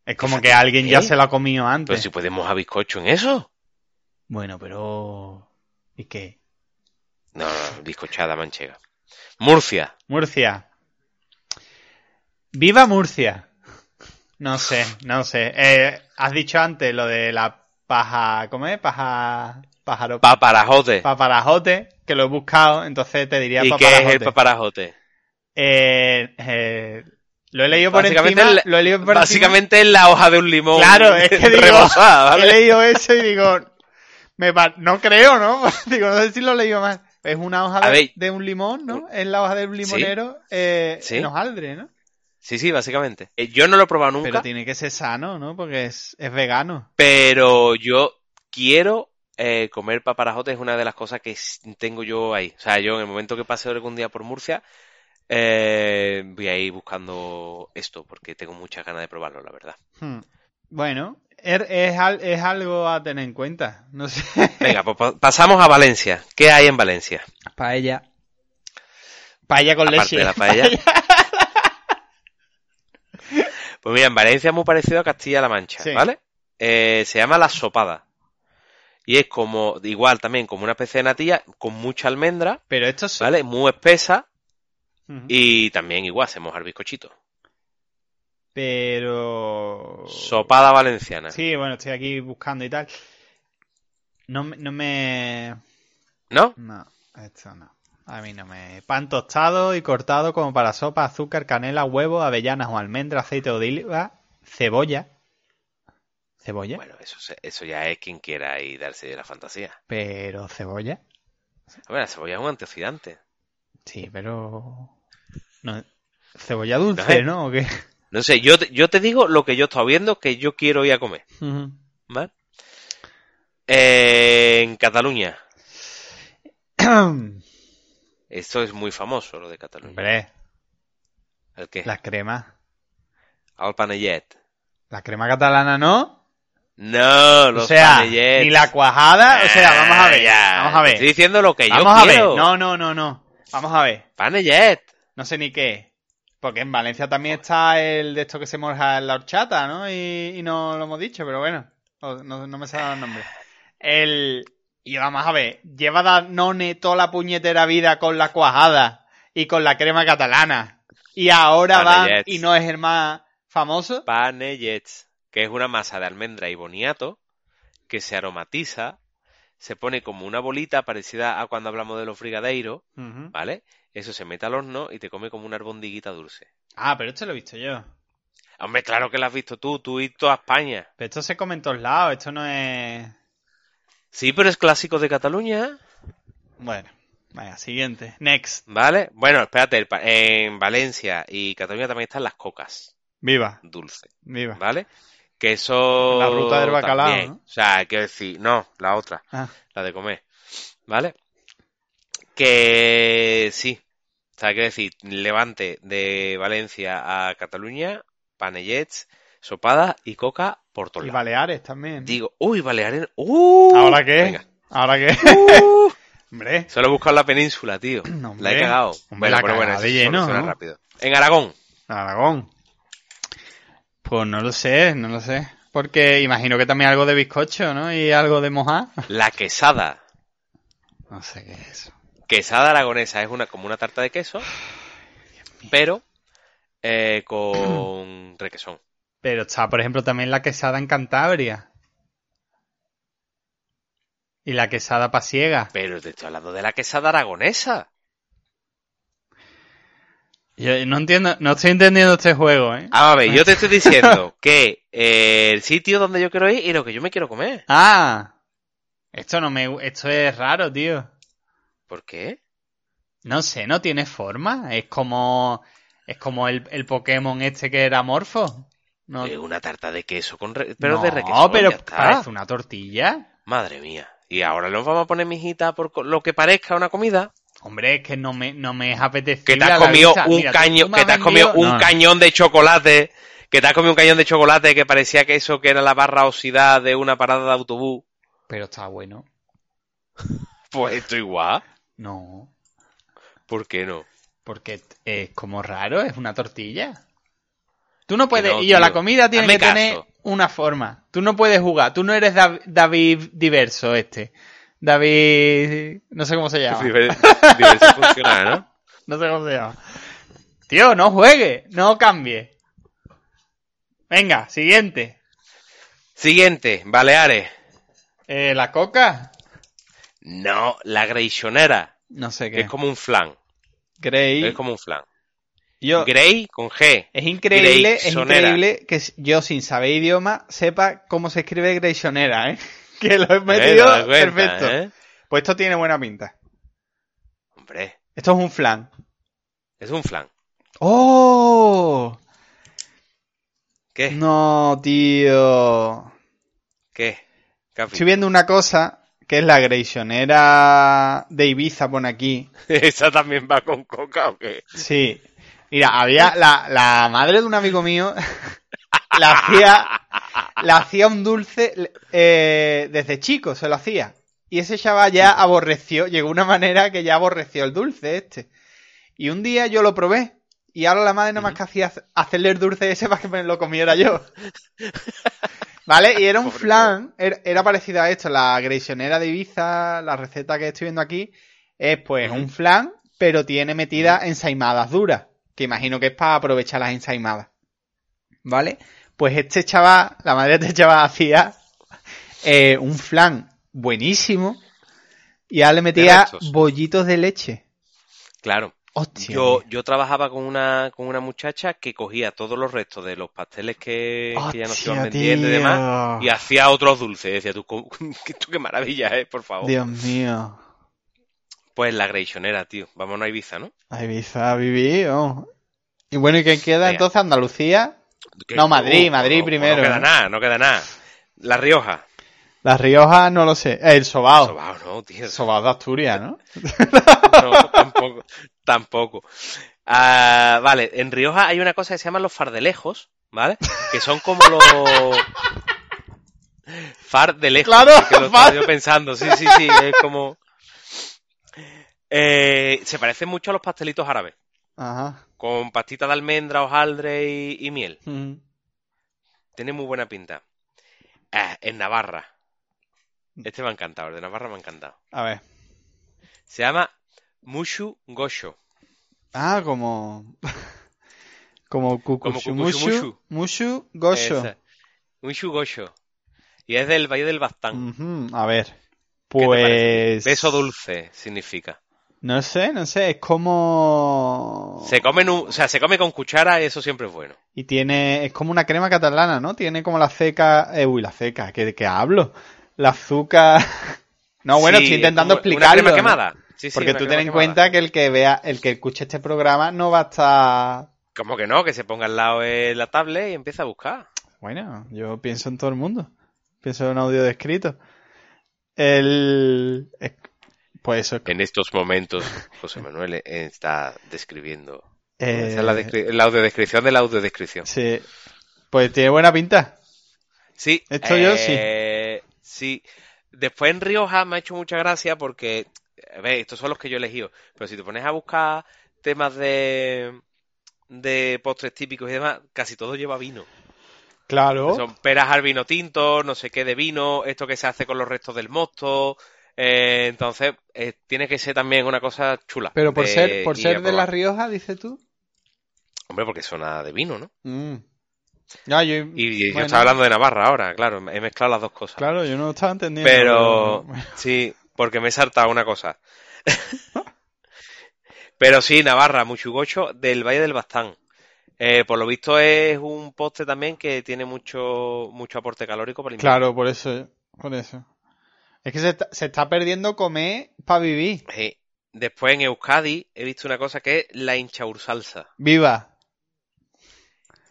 S2: Es como que alguien ya
S3: qué?
S2: se lo ha comido antes.
S3: Pero si puedes mojar bizcocho en eso.
S2: Bueno, pero... ¿Y qué?
S3: No, no, bizcochada manchega. Murcia.
S2: Murcia. ¡Viva Murcia! No sé, no sé. Eh, has dicho antes lo de la paja... ¿Cómo es? Paja... Pájaro...
S3: Paparajote.
S2: paparajote, que lo he buscado, entonces te diría
S3: ¿Y qué
S2: paparajote.
S3: es el paparajote?
S2: Eh, eh, lo he leído por
S3: Básicamente
S2: encima...
S3: el-
S2: lo he leído por encima.
S3: Básicamente es la hoja de un limón.
S2: Claro, es que digo,
S3: rebozada, ¿vale?
S2: he leído eso y digo, me pa- no creo, ¿no? digo, no sé si lo he leído más. Es una hoja
S3: A
S2: de,
S3: ver.
S2: de un limón, ¿no? Es la hoja del limonero eh,
S3: Sí.
S2: en hojaldre, ¿no?
S3: Sí, sí, básicamente. Eh, Yo no lo he probado nunca.
S2: Pero tiene que ser sano, ¿no? Porque es, es vegano.
S3: Pero yo quiero eh, comer paparajote, es una de las cosas que s- tengo yo ahí. O sea, yo en el momento que pase algún día por Murcia, eh, voy a ir buscando esto, porque tengo muchas ganas de probarlo, la verdad.
S2: Hmm. Bueno, er- es, al- es algo a tener en cuenta. No sé.
S3: Venga, pues pa- pasamos a Valencia. ¿Qué hay en Valencia?
S2: paella. Paella con
S3: Aparte
S2: leche.
S3: de la paella. Pues mira, en Valencia es muy parecido a Castilla-La Mancha,
S2: Sí.
S3: ¿vale? Eh, se llama la sopada. Y es como, igual también, como una especie de natilla con mucha almendra,
S2: Pero esto es...
S3: ¿vale? Muy espesa.
S2: Ujú.
S3: Y también igual se moja el bizcochito.
S2: Pero...
S3: Sopada valenciana.
S2: Oh. Sí, bueno, estoy aquí buscando y tal. No, me- no me...
S3: ¿No?
S2: No, esto no. A mí no me... Pan tostado y cortado como para sopa, azúcar, canela, huevo, avellanas o almendra, aceite de oliva, cebolla. ¿Cebolla?
S3: Bueno, eso, se- eso ya es quien quiera y darse de la fantasía.
S2: Pero cebolla.
S3: A ver, la cebolla es un antioxidante.
S2: Sí, pero... No... Cebolla dulce, ¿no? ¿O qué?
S3: No sé, yo te, yo te digo lo que yo he estado viendo que yo quiero ir a comer.
S2: Ujú.
S3: ¿Vale? Eh, en Cataluña. Esto es muy famoso, lo de Cataluña.
S2: Hombre,
S3: ¿El qué?
S2: la crema.
S3: Al panellet.
S2: La crema catalana no.
S3: No, los
S2: o sea,
S3: panellets.
S2: ni la cuajada. O sea, vamos a ver.
S3: Ah, ya.
S2: Vamos a
S3: Te Estoy
S2: ver.
S3: diciendo lo que yo
S2: Vamos a ver.
S3: quiero.
S2: No, no, no, no. Vamos a ver.
S3: Panellet.
S2: No sé ni qué. es. Porque en Valencia también está el de esto que se moja en la horchata, ¿no? Y, y no lo hemos dicho, pero bueno. O- No, no me sale el nombre. El. Y vamos a ver, lleva Danone toda la puñetera vida con la cuajada y con la crema catalana. Y ahora va
S3: Panellets.
S2: y no es el más famoso.
S3: Panellets, que es una masa de almendra y boniato que se aromatiza, se pone como una bolita parecida a cuando hablamos de los frigadeiros,
S2: Ujú.
S3: ¿vale? Eso se mete al horno y te come como una albondiguita dulce.
S2: Ah, pero esto lo he visto yo.
S3: Hombre, claro que la has visto tú, tú y toda España.
S2: Pero esto se come en todos lados, esto no es...
S3: Sí, pero es clásico de Cataluña.
S2: Bueno, vaya, siguiente. Next.
S3: ¿Vale? Bueno, espérate, el pa- en Valencia y Cataluña también están las cocas
S2: Viva,
S3: dulce,
S2: viva.
S3: ¿vale? Que eso...
S2: La ruta del bacalao,
S3: también.
S2: ¿no?
S3: O sea, quiero decir, no, la otra,
S2: Ah,
S3: la de comer, ¿vale? Que sí, o sea, quiero decir, levante de Valencia a Cataluña, panellets, sopada y coca por todos
S2: y
S3: lados.
S2: Baleares también.
S3: Digo, uy, Baleares, ¡uh!
S2: ¿Ahora qué?
S3: Venga.
S2: ¿Ahora qué?
S3: ¡Uh!
S2: Hombre,
S3: Solo he buscado la península, tío.
S2: No,
S3: la
S2: hombre.
S3: he cagado.
S2: Hombre, la
S3: pero
S2: cagada de
S3: eso se
S2: lleno,
S3: soluciona
S2: ¿no?
S3: rápido. En Aragón.
S2: Aragón. Pues no lo sé, no lo sé. Porque imagino que también algo de bizcocho, ¿no? Y algo de mojar.
S3: La quesada.
S2: No sé qué es eso.
S3: Quesada aragonesa es una como una tarta de queso, pero eh, con requesón.
S2: Pero está, por ejemplo, también la quesada en Cantabria. Y la quesada pasiega.
S3: Pero te estoy hablando de la quesada aragonesa.
S2: Yo no entiendo, no estoy entendiendo este juego, ¿eh?
S3: Ah, a ver, yo te estoy diciendo que eh, el sitio donde yo quiero ir y lo que yo me quiero comer.
S2: Ah, esto no me, esto es raro, tío.
S3: ¿Por qué?
S2: No sé, no tiene forma. Es como, es como el, el Pokémon este que era morfo. No,
S3: Es una tarta de queso con re- pero
S2: no,
S3: de requesón.
S2: pero
S3: ya está.
S2: parece una tortilla.
S3: Madre mía. Y ahora nos vamos a poner mijita por co- lo que parezca una comida.
S2: Hombre, es que no me, no me es apetecible.
S3: que te
S2: a
S3: has
S2: la
S3: comido
S2: vista.
S3: un
S2: Mira, tú-
S3: caño,
S2: tú me
S3: que
S2: has
S3: te has comido
S2: vendido-
S3: un
S2: No,
S3: cañón de chocolate, que te has comido un cañón de chocolate que parecía que eso que era la barra oxidada de una parada de autobús.
S2: Pero está bueno.
S3: Pues esto igual,
S2: No,
S3: ¿por qué no?
S2: porque t- es como raro, es una tortilla. Tú no puedes,
S3: no,
S2: y yo, la
S3: tío.
S2: comida tiene
S3: Hazme
S2: que tener
S3: caso.
S2: una forma. Tú no puedes jugar, tú no eres Dav- David diverso este. David, no sé cómo se llama.
S3: Diver- Diverso funcional, ¿no?
S2: No sé cómo se llama. Tío, no juegue, no cambie. Venga, siguiente.
S3: Siguiente, Baleares.
S2: Eh, la coca.
S3: No, la greixonera,
S2: No sé
S3: que es como un flan,
S2: Grey.
S3: es como un flan.
S2: Yo-
S3: Grey con G.
S2: es increíble, es
S3: Graysonera.
S2: increíble que s- yo sin saber idioma sepa cómo se escribe Graysonera, ¿eh? Que lo he
S3: Eh,
S2: metido
S3: te das cuenta,
S2: perfecto.
S3: ¿eh?
S2: Pues esto tiene buena pinta.
S3: Hombre,
S2: Esto es un flan.
S3: es un flan.
S2: ¡Oh!
S3: ¿Qué?
S2: No, tío.
S3: ¿Qué? ¿Qué has
S2: Estoy viendo una cosa que es la Graysonera de Ibiza, pone aquí.
S3: visto? ¿Esa también va con coca o qué?
S2: Sí. Mira, había la, la madre de un amigo mío la hacía la hacía un dulce eh, desde chico, se lo hacía. Y ese chaval ya aborreció, llegó una manera que ya aborreció el dulce este. Y un día yo lo probé. Y ahora la madre nada más que hacía hacerle el dulce ese para que me lo comiera yo. ¿Vale? Y era un
S3: Pobre
S2: flan, era, era parecido a esto, la greixonera de Ibiza, la receta que estoy viendo aquí, es pues
S3: Ujú.
S2: un flan, pero tiene metidas ensaimadas duras, que imagino que es para aprovechar las ensaimadas. ¿Vale? Pues este chaval, la madre de este chaval hacía eh, un flan buenísimo y ahora le metía
S3: restos.
S2: bollitos de leche.
S3: Claro.
S2: Hostia.
S3: Yo, yo trabajaba con una, con una muchacha que cogía todos los restos de los pasteles que, que ya nos iban
S2: Hostia,
S3: vendiendo y demás
S2: tío.
S3: y hacía otros dulces. Decía tú, ¿cómo- qué- tú qué maravilla, eh, por favor.
S2: Dios mío.
S3: Pues la Greixonera, tío. Vámonos a Ibiza, ¿no?
S2: A Ibiza, viví. oh. Y bueno, ¿y qué queda
S3: Venga.
S2: entonces? Andalucía,
S3: Que-
S2: No, Madrid,
S3: no,
S2: Madrid
S3: no,
S2: primero,
S3: No queda
S2: ¿eh?
S3: nada, no queda nada. La Rioja.
S2: La Rioja, no lo sé. Eh, el Sobao. Sobao.
S3: Sobao, no, tío.
S2: de Asturias, ¿no?
S3: No, tampoco. tampoco. Ah, vale, en Rioja hay una cosa que se llaman los fardelejos, ¿vale? Que son como los... Fardelejos.
S2: Claro,
S3: es que lo estaba
S2: far-
S3: yo pensando, sí, sí, sí, es como... Eh, se parecen mucho a los pastelitos árabes,
S2: Ajá.
S3: con pastita de almendra, hojaldre y, y miel.
S2: Mm.
S3: Tiene muy buena pinta. Ah, en Navarra. Este me ha encantado, el de Navarra me ha encantado.
S2: A ver.
S3: Se llama Mushu Gosho.
S2: Ah, como. Como Kukushu Mushu.
S3: Kukushumushu.
S2: Mushu Gosho.
S3: Esa. Mushu Gosho. Y es del Valle del Bastán.
S2: Ujú, A ver.
S3: ¿Qué te parece?
S2: Pues.
S3: Beso dulce significa.
S2: No sé, no sé. Es como.
S3: Se come, o sea, se come con cuchara y eso siempre es bueno.
S2: Y tiene. Es como una crema catalana, ¿no? Tiene como la ceca. eh, uy, la ceca, ¿qué, qué hablo? La azúcar. No, bueno,
S3: Sí,
S2: estoy intentando
S3: es como
S2: explicarlo.
S3: Una crema
S2: ¿no?
S3: quemada. Sí, sí,
S2: Porque
S3: una
S2: tú
S3: crema
S2: ten en
S3: quemada.
S2: cuenta que el que vea, el que escuche este programa no va a estar.
S3: Como que no, que se ponga al lado eh, la tablet y empieza a buscar.
S2: Bueno, yo pienso en todo el mundo. Pienso en un audio descrito. El. es- Pues eso es
S3: En estos momentos, José Manuel eh, está describiendo.
S2: eh,
S3: Esa es la, descri- la audiodescripción de la audiodescripción.
S2: Sí. Pues tiene buena pinta.
S3: Sí.
S2: Esto yo
S3: eh, sí. Después en Rioja me ha hecho mucha gracia porque, a ver, estos son los que yo he elegido, pero si te pones a buscar temas de, de postres típicos y demás, casi todo lleva vino.
S2: Claro.
S3: Son peras al vino tinto, no sé qué de vino, esto que se hace con los restos del mosto. eh, entonces, eh, tiene que ser también una cosa chula.
S2: Pero por
S3: de
S2: ser, por
S3: ir
S2: ser
S3: a
S2: de La
S3: probar.
S2: Rioja, dices tú.
S3: Hombre, porque suena de vino, ¿no?
S2: Mm. Ya, yo,
S3: Y yo
S2: bueno,
S3: estaba hablando de Navarra ahora, claro, he mezclado las dos cosas.
S2: Claro, yo no lo estaba entendiendo.
S3: Pero
S2: pero-
S3: sí, porque me he saltado una cosa. Pero sí, Navarra, Muchugocho del Valle del Bastán. Eh, por lo visto es un postre también que tiene mucho mucho aporte calórico para el invierno.
S2: Claro, por eso. Por eso. Es que se está, se está perdiendo comer para vivir.
S3: Sí. Después en Euskadi he visto una cosa que es la hinchaursalsa.
S2: Viva.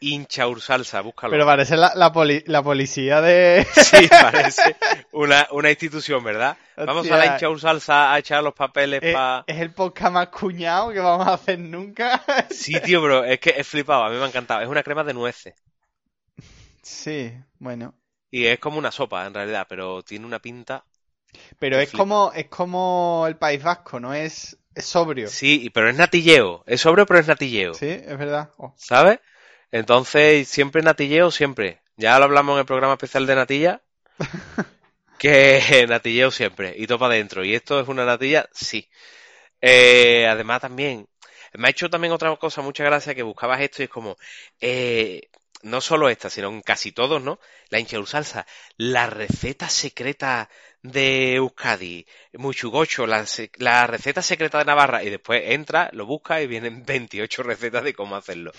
S3: Hinchaursalsa, búscalo.
S2: Pero parece la, la, poli- la policía de. eh,
S3: Sí, parece una, una institución, ¿verdad? Vamos a la
S2: Hostia. Eh,
S3: hinchaursalsa a echar los papeles
S2: Es,
S3: para...
S2: es el podcast más cuñado que vamos a hacer nunca.
S3: Sí, tío, bro, es que he flipado, a mí me ha encantado. Es una crema de nueces.
S2: sí, bueno.
S3: Y es como una sopa, en realidad, pero tiene una pinta.
S2: Pero
S3: Te
S2: es
S3: flipa.
S2: como, es como el País Vasco, ¿no? Es, es sobrio.
S3: Sí, y- pero es natilleo. Es sobrio, pero es natilleo.
S2: Sí, es verdad. Oh.
S3: ¿Sabes? Entonces, siempre natilleo, siempre. Ya lo hablamos en el programa especial de Natilla. que natilleo siempre. Y topa adentro. ¿Y esto es una natilla? Sí. Eh, además, también. Me ha hecho también otra cosa, muchas gracias, que buscabas esto y es como. eh, no solo esta, sino en casi todos, ¿no? La salsa La receta secreta de Euskadi. Muchugocho, la, se- la receta secreta de Navarra. Y después entra, lo busca y vienen 28 recetas de cómo hacerlo.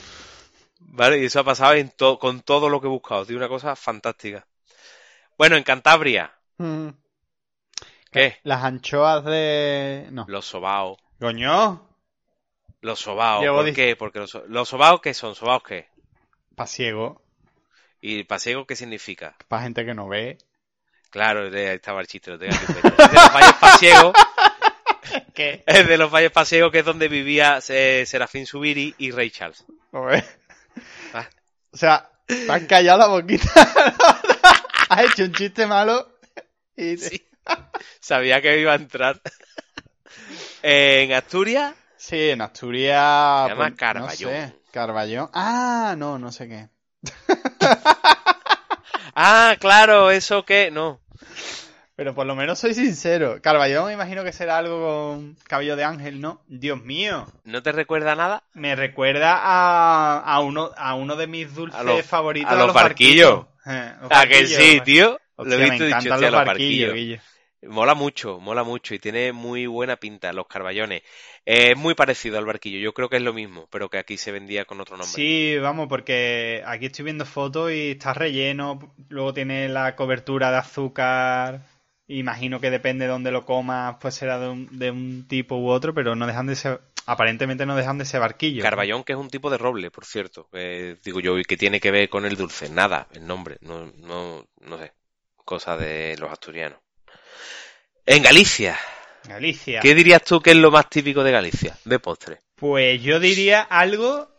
S3: ¿Vale? Y eso ha pasado en to- con todo lo que he buscado. Tío, una cosa fantástica. Bueno, en Cantabria.
S2: Mm.
S3: ¿Qué?
S2: Las anchoas de. No.
S3: Los sobaos.
S2: Coño,
S3: Los sobaos.
S2: Llevo
S3: ¿Por
S2: dic-
S3: qué? Porque los, so- los sobaos, ¿qué son? ¿Sobaos qué?
S2: pasiego,
S3: ¿Y pasiego qué significa?
S2: para gente que no ve.
S3: Claro, de- ahí estaba el chiste, lo tenía aquí puesto. Es de los valles pasiegos,
S2: ¿Qué?
S3: es de los valles pasiegos que es donde vivía eh, Serafín Subiri y Ray Charles. Ah.
S2: O sea, te has callado la boquita. has hecho un chiste malo. Y te-
S3: Sí. Sabía que iba a entrar. en Asturias,
S2: Sí, en Asturias. pues,
S3: Se llama
S2: no
S3: Carballón.
S2: sé, Carballón. Ah, no, no sé qué.
S3: Ah, claro, eso que no.
S2: Pero por lo menos soy sincero. Carballón, me imagino que será algo con cabello de ángel, ¿no? Dios mío.
S3: ¿No te recuerda nada?
S2: Me recuerda a, a uno, a uno de mis dulces
S3: A los-
S2: favoritos.
S3: a los barquillos.
S2: Eh, los
S3: ¿A Ah, que
S2: barquillos,
S3: sí,
S2: los
S3: tío? Lo he
S2: Hostia, me
S3: visto y he dicho,
S2: encantan
S3: hostia,
S2: los
S3: los
S2: barquillos,
S3: barquillos.
S2: Guille.
S3: Mola mucho, mola mucho y tiene muy buena pinta los carballones. Eh, Es muy parecido al barquillo, yo creo que es lo mismo, pero que aquí se vendía con otro nombre.
S2: Sí, vamos, porque aquí estoy viendo fotos y está relleno, luego tiene la cobertura de azúcar. Imagino que depende de dónde lo comas, pues será de un, de un tipo u otro, pero no dejan de ser, aparentemente no dejan de ser barquillos.
S3: Carballón, que es un tipo de roble, por cierto. que digo yo, ¿y qué tiene que ver con el dulce? Nada, el nombre. No, no, no sé. Cosa de los asturianos. En Galicia.
S2: Galicia.
S3: ¿Qué dirías tú que es lo más típico de Galicia? De postre.
S2: Pues yo diría algo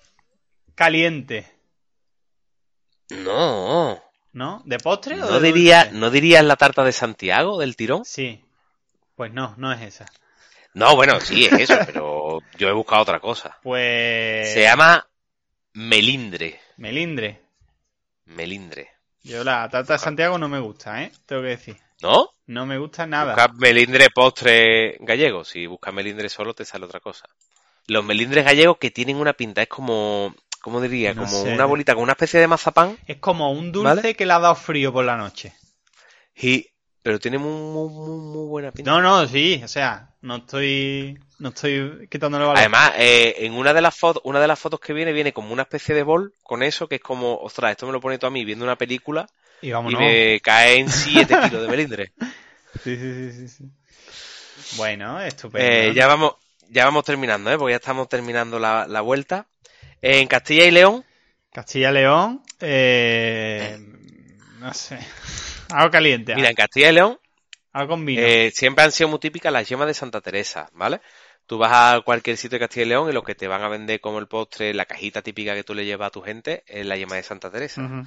S2: caliente,
S3: No.
S2: ¿no? ¿De postre o
S3: ¿No,
S2: de
S3: diría,
S2: dulce?
S3: ¿No dirías la tarta de Santiago del tirón?
S2: Sí. Pues no, no es esa.
S3: No, bueno, sí, es eso, pero yo he buscado otra cosa.
S2: Pues.
S3: Se llama melindre.
S2: Melindre.
S3: Melindre.
S2: Yo la tarta de Santiago no me gusta, ¿eh? Tengo que decir.
S3: ¿No?
S2: No me gusta nada.
S3: Busca melindre postre gallego. Si buscas melindre solo te sale otra cosa. Los melindres gallegos que tienen una pinta es como, ¿cómo diría?
S2: No
S3: como
S2: sé.
S3: una bolita, como una especie de mazapán.
S2: Es como un dulce
S3: ¿Vale?
S2: que le ha dado frío por la noche.
S3: Y, pero tiene muy, muy, muy, muy buena pinta.
S2: No, no, sí, o sea, no estoy. No estoy quitándole valor.
S3: Además, eh, en una de las fotos, una de las fotos que viene, viene como una especie de bol con eso, que es como, ostras, esto me lo pone tú a mí viendo una película
S2: y
S3: y
S2: vámonos.
S3: me caen 7 kilos de melindre.
S2: Sí, sí, sí, sí, sí. Bueno, estupendo.
S3: Eh, ya vamos, ya vamos terminando, ¿eh? Porque ya estamos terminando la, la vuelta. En Castilla y León,
S2: Castilla y León, eh, no sé. Algo caliente,
S3: mira, en Castilla y León,
S2: algo con vino.
S3: eh, siempre han sido muy típicas las yemas de Santa Teresa, ¿vale? Tú vas a cualquier sitio de Castilla y León y lo que te van a vender como el postre, la cajita típica que tú le llevas a tu gente, es la yema de Santa Teresa.
S2: Ujú.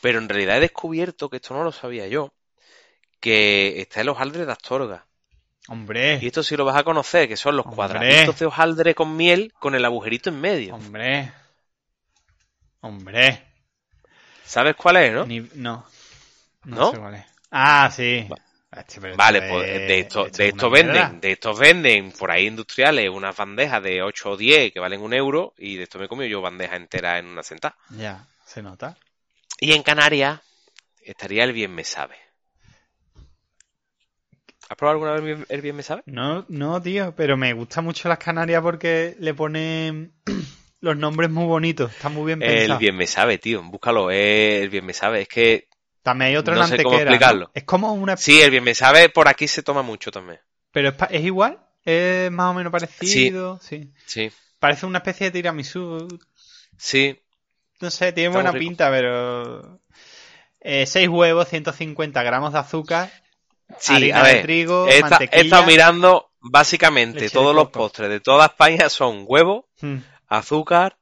S3: Pero en realidad he descubierto, que esto no lo sabía yo, que está el hojaldre de Astorga. Y este,
S2: Hombre,
S3: esto sí lo vas a conocer, que son los
S2: Hombre.
S3: cuadraditos de hojaldre con miel con el agujerito en medio.
S2: hombre, hombre.
S3: ¿Sabes cuál es, no?
S2: Ni- no. No,
S3: ¿No?
S2: sé cuál es. Ah, sí.
S3: Va-
S2: Este, pero
S3: Vale,
S2: esto
S3: pues
S2: es-
S3: de esto,
S2: esto
S3: de
S2: es
S3: esto
S2: una mierda.
S3: venden, de estos venden por ahí industriales unas bandejas de 8 o 10 que valen un euro y de esto me he comido yo bandeja entera en una sentada.
S2: Ya, se nota.
S3: Y en Canarias estaría el bien me sabe. ¿Has probado alguna vez el bien- el bien me sabe?
S2: No, no, tío, pero me gusta mucho las Canarias porque le ponen los nombres muy bonitos. Está muy bien pensado.
S3: El bien me sabe, tío, búscalo, eh, el bien me sabe, es que
S2: También hay otro
S3: no
S2: en
S3: sé cómo
S2: Antequera, ¿no?
S3: explicarlo.
S2: Es como una...
S3: Sí, el bien me sabe por aquí se toma mucho también.
S2: Pero es, pa- es igual, es más o menos parecido, sí.
S3: Sí,
S2: Parece una especie de tiramisú,
S3: sí.
S2: no sé, tiene
S3: Está
S2: buena
S3: muy rico.
S2: pinta, pero... Eh, seis huevos, 150 gramos de azúcar,
S3: Sí,
S2: harina
S3: a
S2: de
S3: ver,
S2: trigo,
S3: he, esta- he
S2: mantequilla...
S3: estado mirando básicamente
S2: leche de
S3: todos los
S2: coco.
S3: postres de toda España son huevo,
S2: Mm.
S3: azúcar,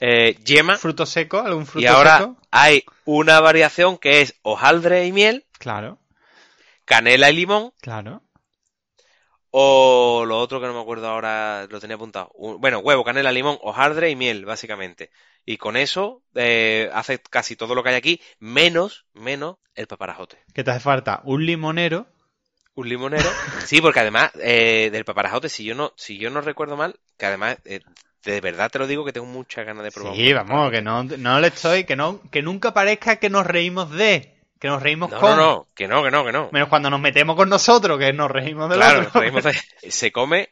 S3: eh, yema
S2: Fruto seco, algún fruto
S3: y ahora
S2: seco.
S3: hay una variación que es hojaldre y miel,
S2: Claro,
S3: canela y limón
S2: claro.
S3: o lo otro que no me acuerdo ahora, lo tenía apuntado. Un- bueno, huevo, canela, limón, hojaldre y miel básicamente. Y con eso eh, hace casi todo lo que hay aquí, menos, menos el paparajote.
S2: ¿Qué te hace falta? Un limonero.
S3: Un limonero. Sí, porque además eh, del paparajote, si yo no, si yo no recuerdo mal, que además eh, de verdad te lo digo que tengo muchas ganas de probar.
S2: Sí, vamos, que no, no le estoy, que no, que nunca parezca que nos reímos de, que nos
S3: No,
S2: reímos
S3: no,
S2: con.
S3: no, que no, que no, que no.
S2: Menos cuando nos metemos con nosotros, que nos reímos de
S3: Claro,
S2: otro.
S3: nos reímos de- se come,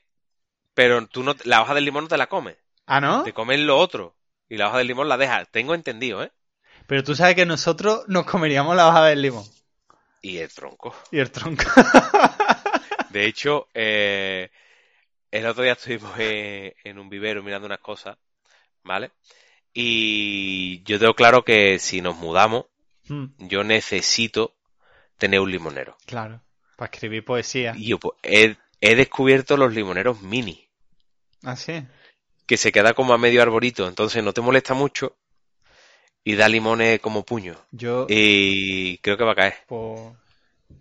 S3: pero tú no, la hoja del limón no te la comes,
S2: Ah, ¿no?
S3: te comes lo otro y la hoja del limón la dejas. Tengo entendido, ¿eh?
S2: Pero tú sabes que nosotros nos comeríamos la hoja del limón
S3: Y el tronco.
S2: y el tronco.
S3: De hecho, eh, el otro día estuvimos eh, en un vivero mirando unas cosas, ¿vale? Y yo tengo claro que si nos mudamos
S2: Mm,
S3: yo necesito tener un limonero.
S2: claro, para escribir poesía.
S3: Y yo pues, he, he descubierto los limoneros mini,
S2: Ah, sí.
S3: que se queda como a medio arborito, entonces no te molesta mucho y da limones como puño.
S2: Yo,
S3: Eh. Y creo que va a caer.
S2: pues,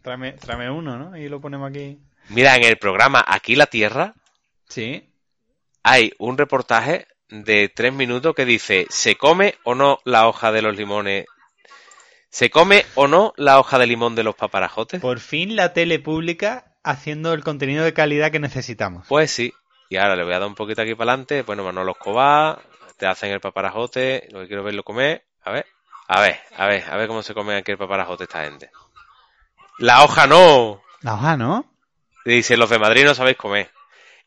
S2: tráeme, tráeme uno, ¿no? Y lo ponemos aquí.
S3: Mira, en el programa Aquí la Tierra
S2: Sí.
S3: hay un reportaje de tres minutos que dice, ¿se come o no la hoja de los limones? ¿Se come o no la hoja de limón de los paparajotes?
S2: Por fin la tele pública haciendo el contenido de calidad que necesitamos.
S3: Pues sí. Y ahora le voy a dar un poquito aquí para adelante. Bueno, Manolo Escobar, te hacen el paparajote, lo que quiero verlo comer. A ver, a ver, a ver, a ver cómo se come aquí el paparajote esta gente. La hoja no,
S2: La hoja, ¿no?
S3: dicen los de Madrid no sabéis comer.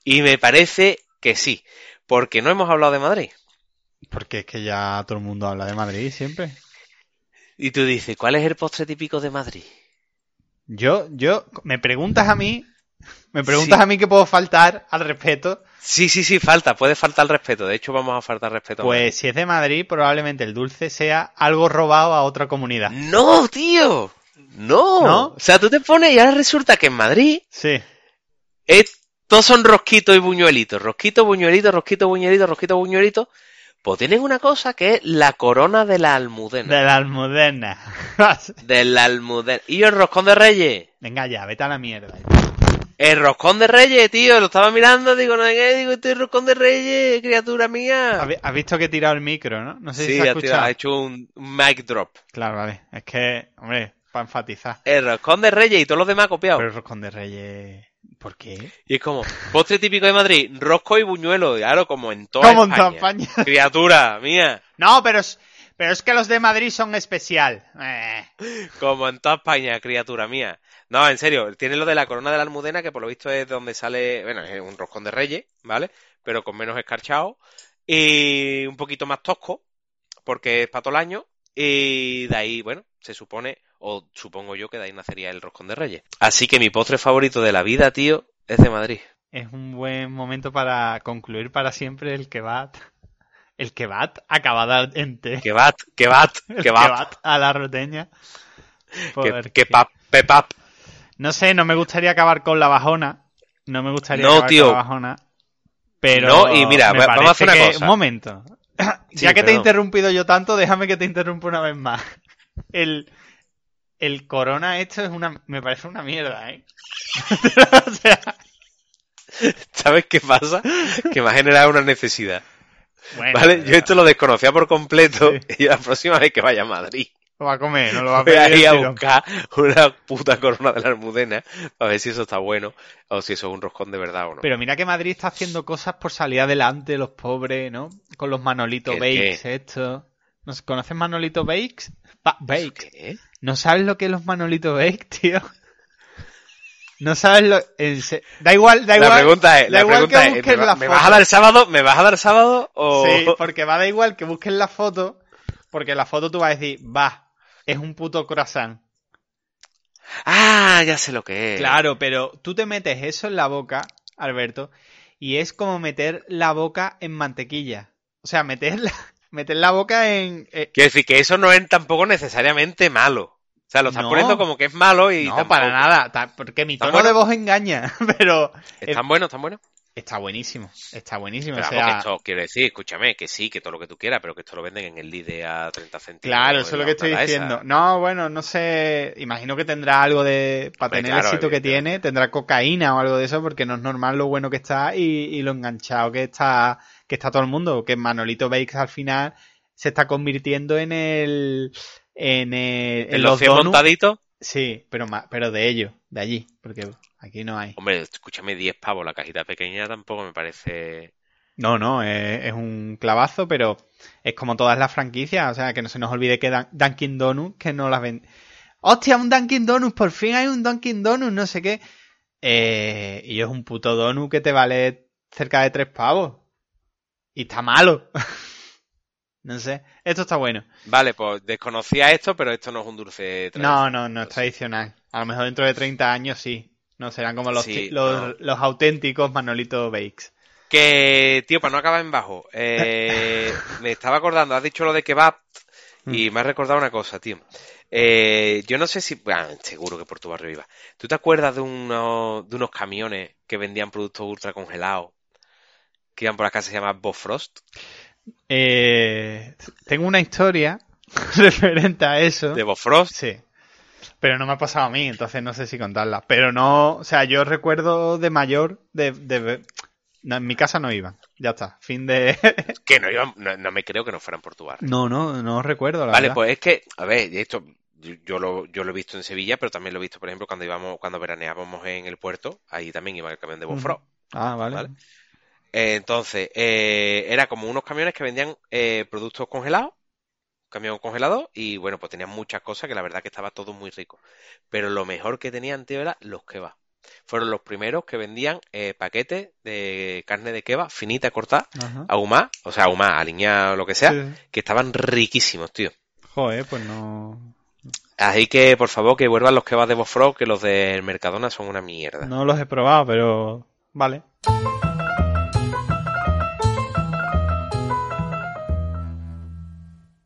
S3: Y me parece que sí, porque no hemos hablado de Madrid.
S2: Porque es que ya todo el mundo habla de Madrid siempre.
S3: Y tú dices, ¿cuál es el postre típico de Madrid?
S2: Yo, yo, me preguntas a mí, me preguntas
S3: Sí.
S2: a mí que puedo faltar al respeto.
S3: Sí, sí, sí, falta, puede faltar el respeto. De hecho, vamos a faltar respeto. a
S2: Pues si es de Madrid, probablemente el dulce sea algo robado a otra comunidad.
S3: Madrid. No, tío, no.
S2: ¿No?
S3: O sea, tú te pones y ahora resulta que en Madrid
S2: Sí.
S3: es- todos son rosquito y buñuelito. Rosquito, buñuelito, rosquito, buñuelito, rosquito, buñuelito. Pues tienen una cosa que es la corona de la almudena.
S2: De la almudena.
S3: De la almudena. Y el roscón de reyes.
S2: Venga ya, vete a la mierda.
S3: El roscón de reyes, tío, lo estaba mirando, digo, no sé qué, digo, este es el roscón de reyes, criatura mía.
S2: Has has visto que he tirado el micro, ¿no? No sé si
S3: sí,
S2: se ha
S3: ha, tirado-
S2: escuchado.
S3: ha hecho un mic drop.
S2: Claro, vale. Es que, hombre, para enfatizar.
S3: El roscón de reyes y todos los demás copiados.
S2: Pero el roscón de reyes... ¿Por qué?
S3: Y es como, postre típico de Madrid, rosco y buñuelo, y claro, como en toda
S2: Como en
S3: España.
S2: toda España.
S3: Criatura mía,
S2: No, pero es, pero es que los de Madrid son especial. Eh.
S3: como en toda España, criatura mía. No, en serio, tiene lo de la corona de la almudena, que por lo visto es de donde sale, bueno, es un roscón de reyes, ¿vale? Pero con menos escarchado y un poquito más tosco, porque es para todo el año, y de ahí, bueno, se supone, o supongo yo que de ahí nacería el roscón de reyes. Así que mi postre favorito de la vida, tío, es de Madrid.
S2: Es un buen momento para concluir para siempre el kebab. El kebab acabada en T.
S3: Que bat, que bat,
S2: El
S3: que bat.
S2: kebab a la roteña.
S3: Que,
S2: Porque-
S3: que pap, pepap.
S2: No sé, no me gustaría acabar con la bajona. No me gustaría
S3: No,
S2: acabar
S3: tío.
S2: con la bajona. Pero
S3: No, y mira,
S2: me
S3: va- vamos a hacer
S2: parece
S3: una
S2: que-
S3: cosa.
S2: Un momento.
S3: Sí,
S2: ya que te he
S3: perdón.
S2: interrumpido yo tanto, déjame que te interrumpa una vez más. El, el corona esto es una... Me parece una mierda, ¿eh? o sea,
S3: ¿Sabes qué pasa? Que me ha generado una necesidad.
S2: bueno,
S3: ¿Vale? Yo esto lo desconocía por completo.
S2: Sí.
S3: Y la próxima vez que vaya a Madrid,
S2: Lo va a comer, no lo va a
S3: voy
S2: pedir.
S3: a ir a
S2: sino-
S3: buscar una puta corona de la almudena para ver si eso está bueno o si eso es un roscón de verdad o no.
S2: Pero mira que Madrid está haciendo cosas por salir adelante, los pobres, ¿no? Con los Manolito
S3: ¿Qué,
S2: Bakes, esto. ¿No se- ¿Conoces Manolito Bakes? Ba-
S3: ¿Eso
S2: Bakes.
S3: qué es?
S2: ¿No sabes lo que es los Manolito Bakes, tío? No sabes lo... en se- Da igual, da igual.
S3: La pregunta es,
S2: da
S3: la
S2: igual
S3: pregunta
S2: que
S3: es, ¿me,
S2: busques
S3: va-
S2: la
S3: me
S2: foto.
S3: vas a dar sábado? ¿Me vas a dar sábado o...?
S2: Sí, porque va da igual que busques la foto, porque la foto tú vas a decir, va, es un puto croissant.
S3: Ah, ya sé lo que es.
S2: Claro, pero tú te metes eso en la boca, Alberto, y es como meter la boca en mantequilla. O sea, meter la, meter la boca en... eh,
S3: Quiero decir que eso no es tampoco necesariamente malo. O sea, lo están
S2: No.
S3: poniendo como que es malo y
S2: no,
S3: tampoco.
S2: para nada, ta- porque mi
S3: Está
S2: tono
S3: bueno.
S2: de voz engaña, pero
S3: ¿Están buenos? ¿Están buenos?
S2: está buenísimo, está buenísimo.
S3: Pero
S2: o
S3: vamos, que
S2: sea,
S3: esto, quiero decir, escúchame, que sí, que todo lo que tú quieras, pero que esto lo venden en el Lidl a 30 céntimos.
S2: claro, eso es lo
S3: en Pues la
S2: que estoy
S3: hornada esa.
S2: diciendo. No, bueno, no sé, imagino que tendrá algo de... Para
S3: Hombre,
S2: tener
S3: claro,
S2: el éxito que
S3: evidentemente.
S2: tiene, tendrá cocaína o algo de eso, porque no es normal lo bueno que está y, y lo enganchado que está que está todo el mundo, que Manolito Bakes al final se está convirtiendo en el en el
S3: En los 100
S2: donuts.
S3: montaditos,
S2: Sí, pero ma- pero de ellos, de allí, porque aquí no hay.
S3: hombre, escúchame, 10 pavos, la cajita pequeña tampoco me parece.
S2: No, no, es, es un clavazo, pero es como todas las franquicias, o sea, que no se nos olvide que Dan- Dunkin Donuts que no las ven. Hostia, un Dunkin Donuts, por fin hay un Dunkin Donuts, no sé qué. Eh, y es un puto donut que te vale cerca de tres pavos. Y está malo. no sé, esto está bueno.
S3: Vale, pues desconocía esto, pero esto no es un dulce.
S2: No, no, no es tradicional. A lo mejor dentro de 30 años sí. No serán como los,
S3: Sí,
S2: ti- los,
S3: no.
S2: los auténticos Manolito Bakes.
S3: Que, tío, para no acabar en bajo, eh, me estaba acordando, has dicho lo de kebab
S2: Mm.
S3: y me has recordado una cosa, tío. Eh, yo no sé si, ah, seguro que por tu barrio iba. ¿Tú te acuerdas de unos, de unos camiones que vendían productos ultra congelados? Que iban por acá, se llamaban Bofrost.
S2: Eh, tengo una historia referente a eso.
S3: De Bofrost.
S2: Sí. Pero no me ha pasado a mí, entonces no sé si contarla. Pero no, o sea, yo recuerdo de mayor, de, de- no, en mi casa no iban. Ya está, fin de...
S3: Que no iban, no, no me creo que no fueran por tu barrio.
S2: No, no, no recuerdo, la
S3: Vale,
S2: verdad.
S3: pues es que, a ver, esto yo, yo lo, yo lo he visto en Sevilla, pero también lo he visto, por ejemplo, cuando íbamos, cuando veraneábamos en el puerto, ahí también iba el camión de Bofrost.
S2: Ah, vale.
S3: Vale. Eh, entonces, eh, era como unos camiones que vendían eh, productos congelados, camión congelado, y bueno, pues tenían muchas cosas que la verdad que estaba todo muy rico. Pero lo mejor que tenían, tío, era los kebabs. Fueron los primeros que vendían eh, paquetes de carne de kebab finita, cortada,
S2: Ajá.
S3: ahumada, Ah, o sea, ahumada, aliñada, lo que sea,
S2: Sí, sí.
S3: que estaban riquísimos, tío.
S2: Joder, pues no...
S3: Así que, por favor, que vuelvan los kebabs de Bofrost, que los del Mercadona son una mierda.
S2: No los he probado, pero... Vale.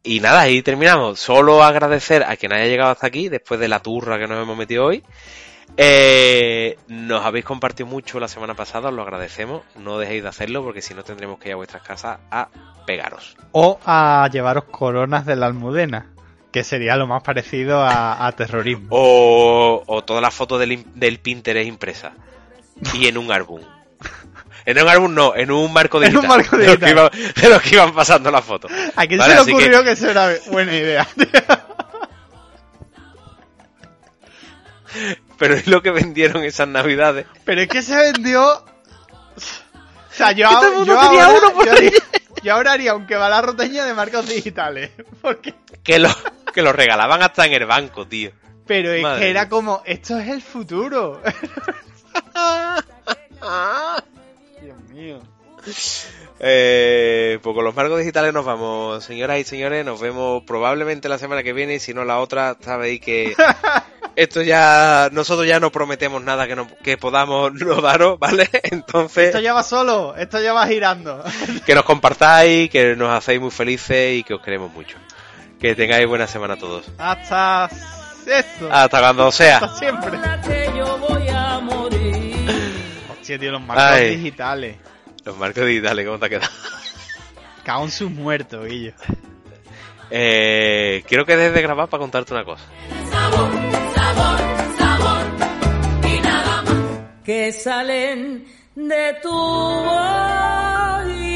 S3: Y nada, ahí terminamos. Solo agradecer a quien haya llegado hasta aquí, después de la turra que nos hemos metido hoy. Eh, nos habéis compartido mucho la semana pasada, os lo agradecemos. No dejéis de hacerlo porque si no tendremos que ir a vuestras casas a pegaros.
S2: O a llevaros coronas de la almudena, que sería lo más
S3: Oh.
S2: parecido a, a terrorismo.
S3: O, o todas las fotos del, im- del Pinterest impresas. y en un álbum. En un álbum no, en un marco de
S2: En un
S3: guitarra,
S2: marco de
S3: los que
S2: guitarra.
S3: iban- de los que iban pasando las fotos.
S2: ¿A quién
S3: Vale,
S2: se
S3: así
S2: le
S3: que-
S2: ocurrió que... eso era buena idea?
S3: pero es lo que vendieron esas navidades.
S2: Pero es que se vendió. O sea, yo,
S3: Que todo el
S2: yo,
S3: mundo tenía
S2: ahora,
S3: uno por
S2: yo,
S3: ahí.
S2: haría, yo ahora haría un roteña de marcos digitales. Porque,
S3: Que lo, que lo regalaban hasta en el banco, tío.
S2: pero es
S3: Madre
S2: que era
S3: mía.
S2: como, esto es el futuro. Dios mío.
S3: Eh, pues con los marcos digitales nos vamos, señoras y señores. Nos vemos probablemente la semana que viene. y Si no, la otra, sabéis que esto ya. Nosotros ya no prometemos nada que, no, que podamos no daros, ¿vale? Entonces,
S2: Esto ya va solo, esto ya va girando.
S3: que nos compartáis, que nos hacéis muy felices y que os queremos mucho. Que tengáis buena semana todos.
S2: Hasta esto.
S3: Hasta cuando sea.
S2: Hasta siempre.
S7: yo voy a morir.
S2: Hostia, tío, los marcos
S3: Ay.
S2: digitales.
S3: Los marcos digitales, ¿cómo te ha quedado?
S2: Caón sus muertos, Guillo.
S3: Eh, quiero que dejes de grabar para contarte una cosa.
S7: Que salen de tu voz.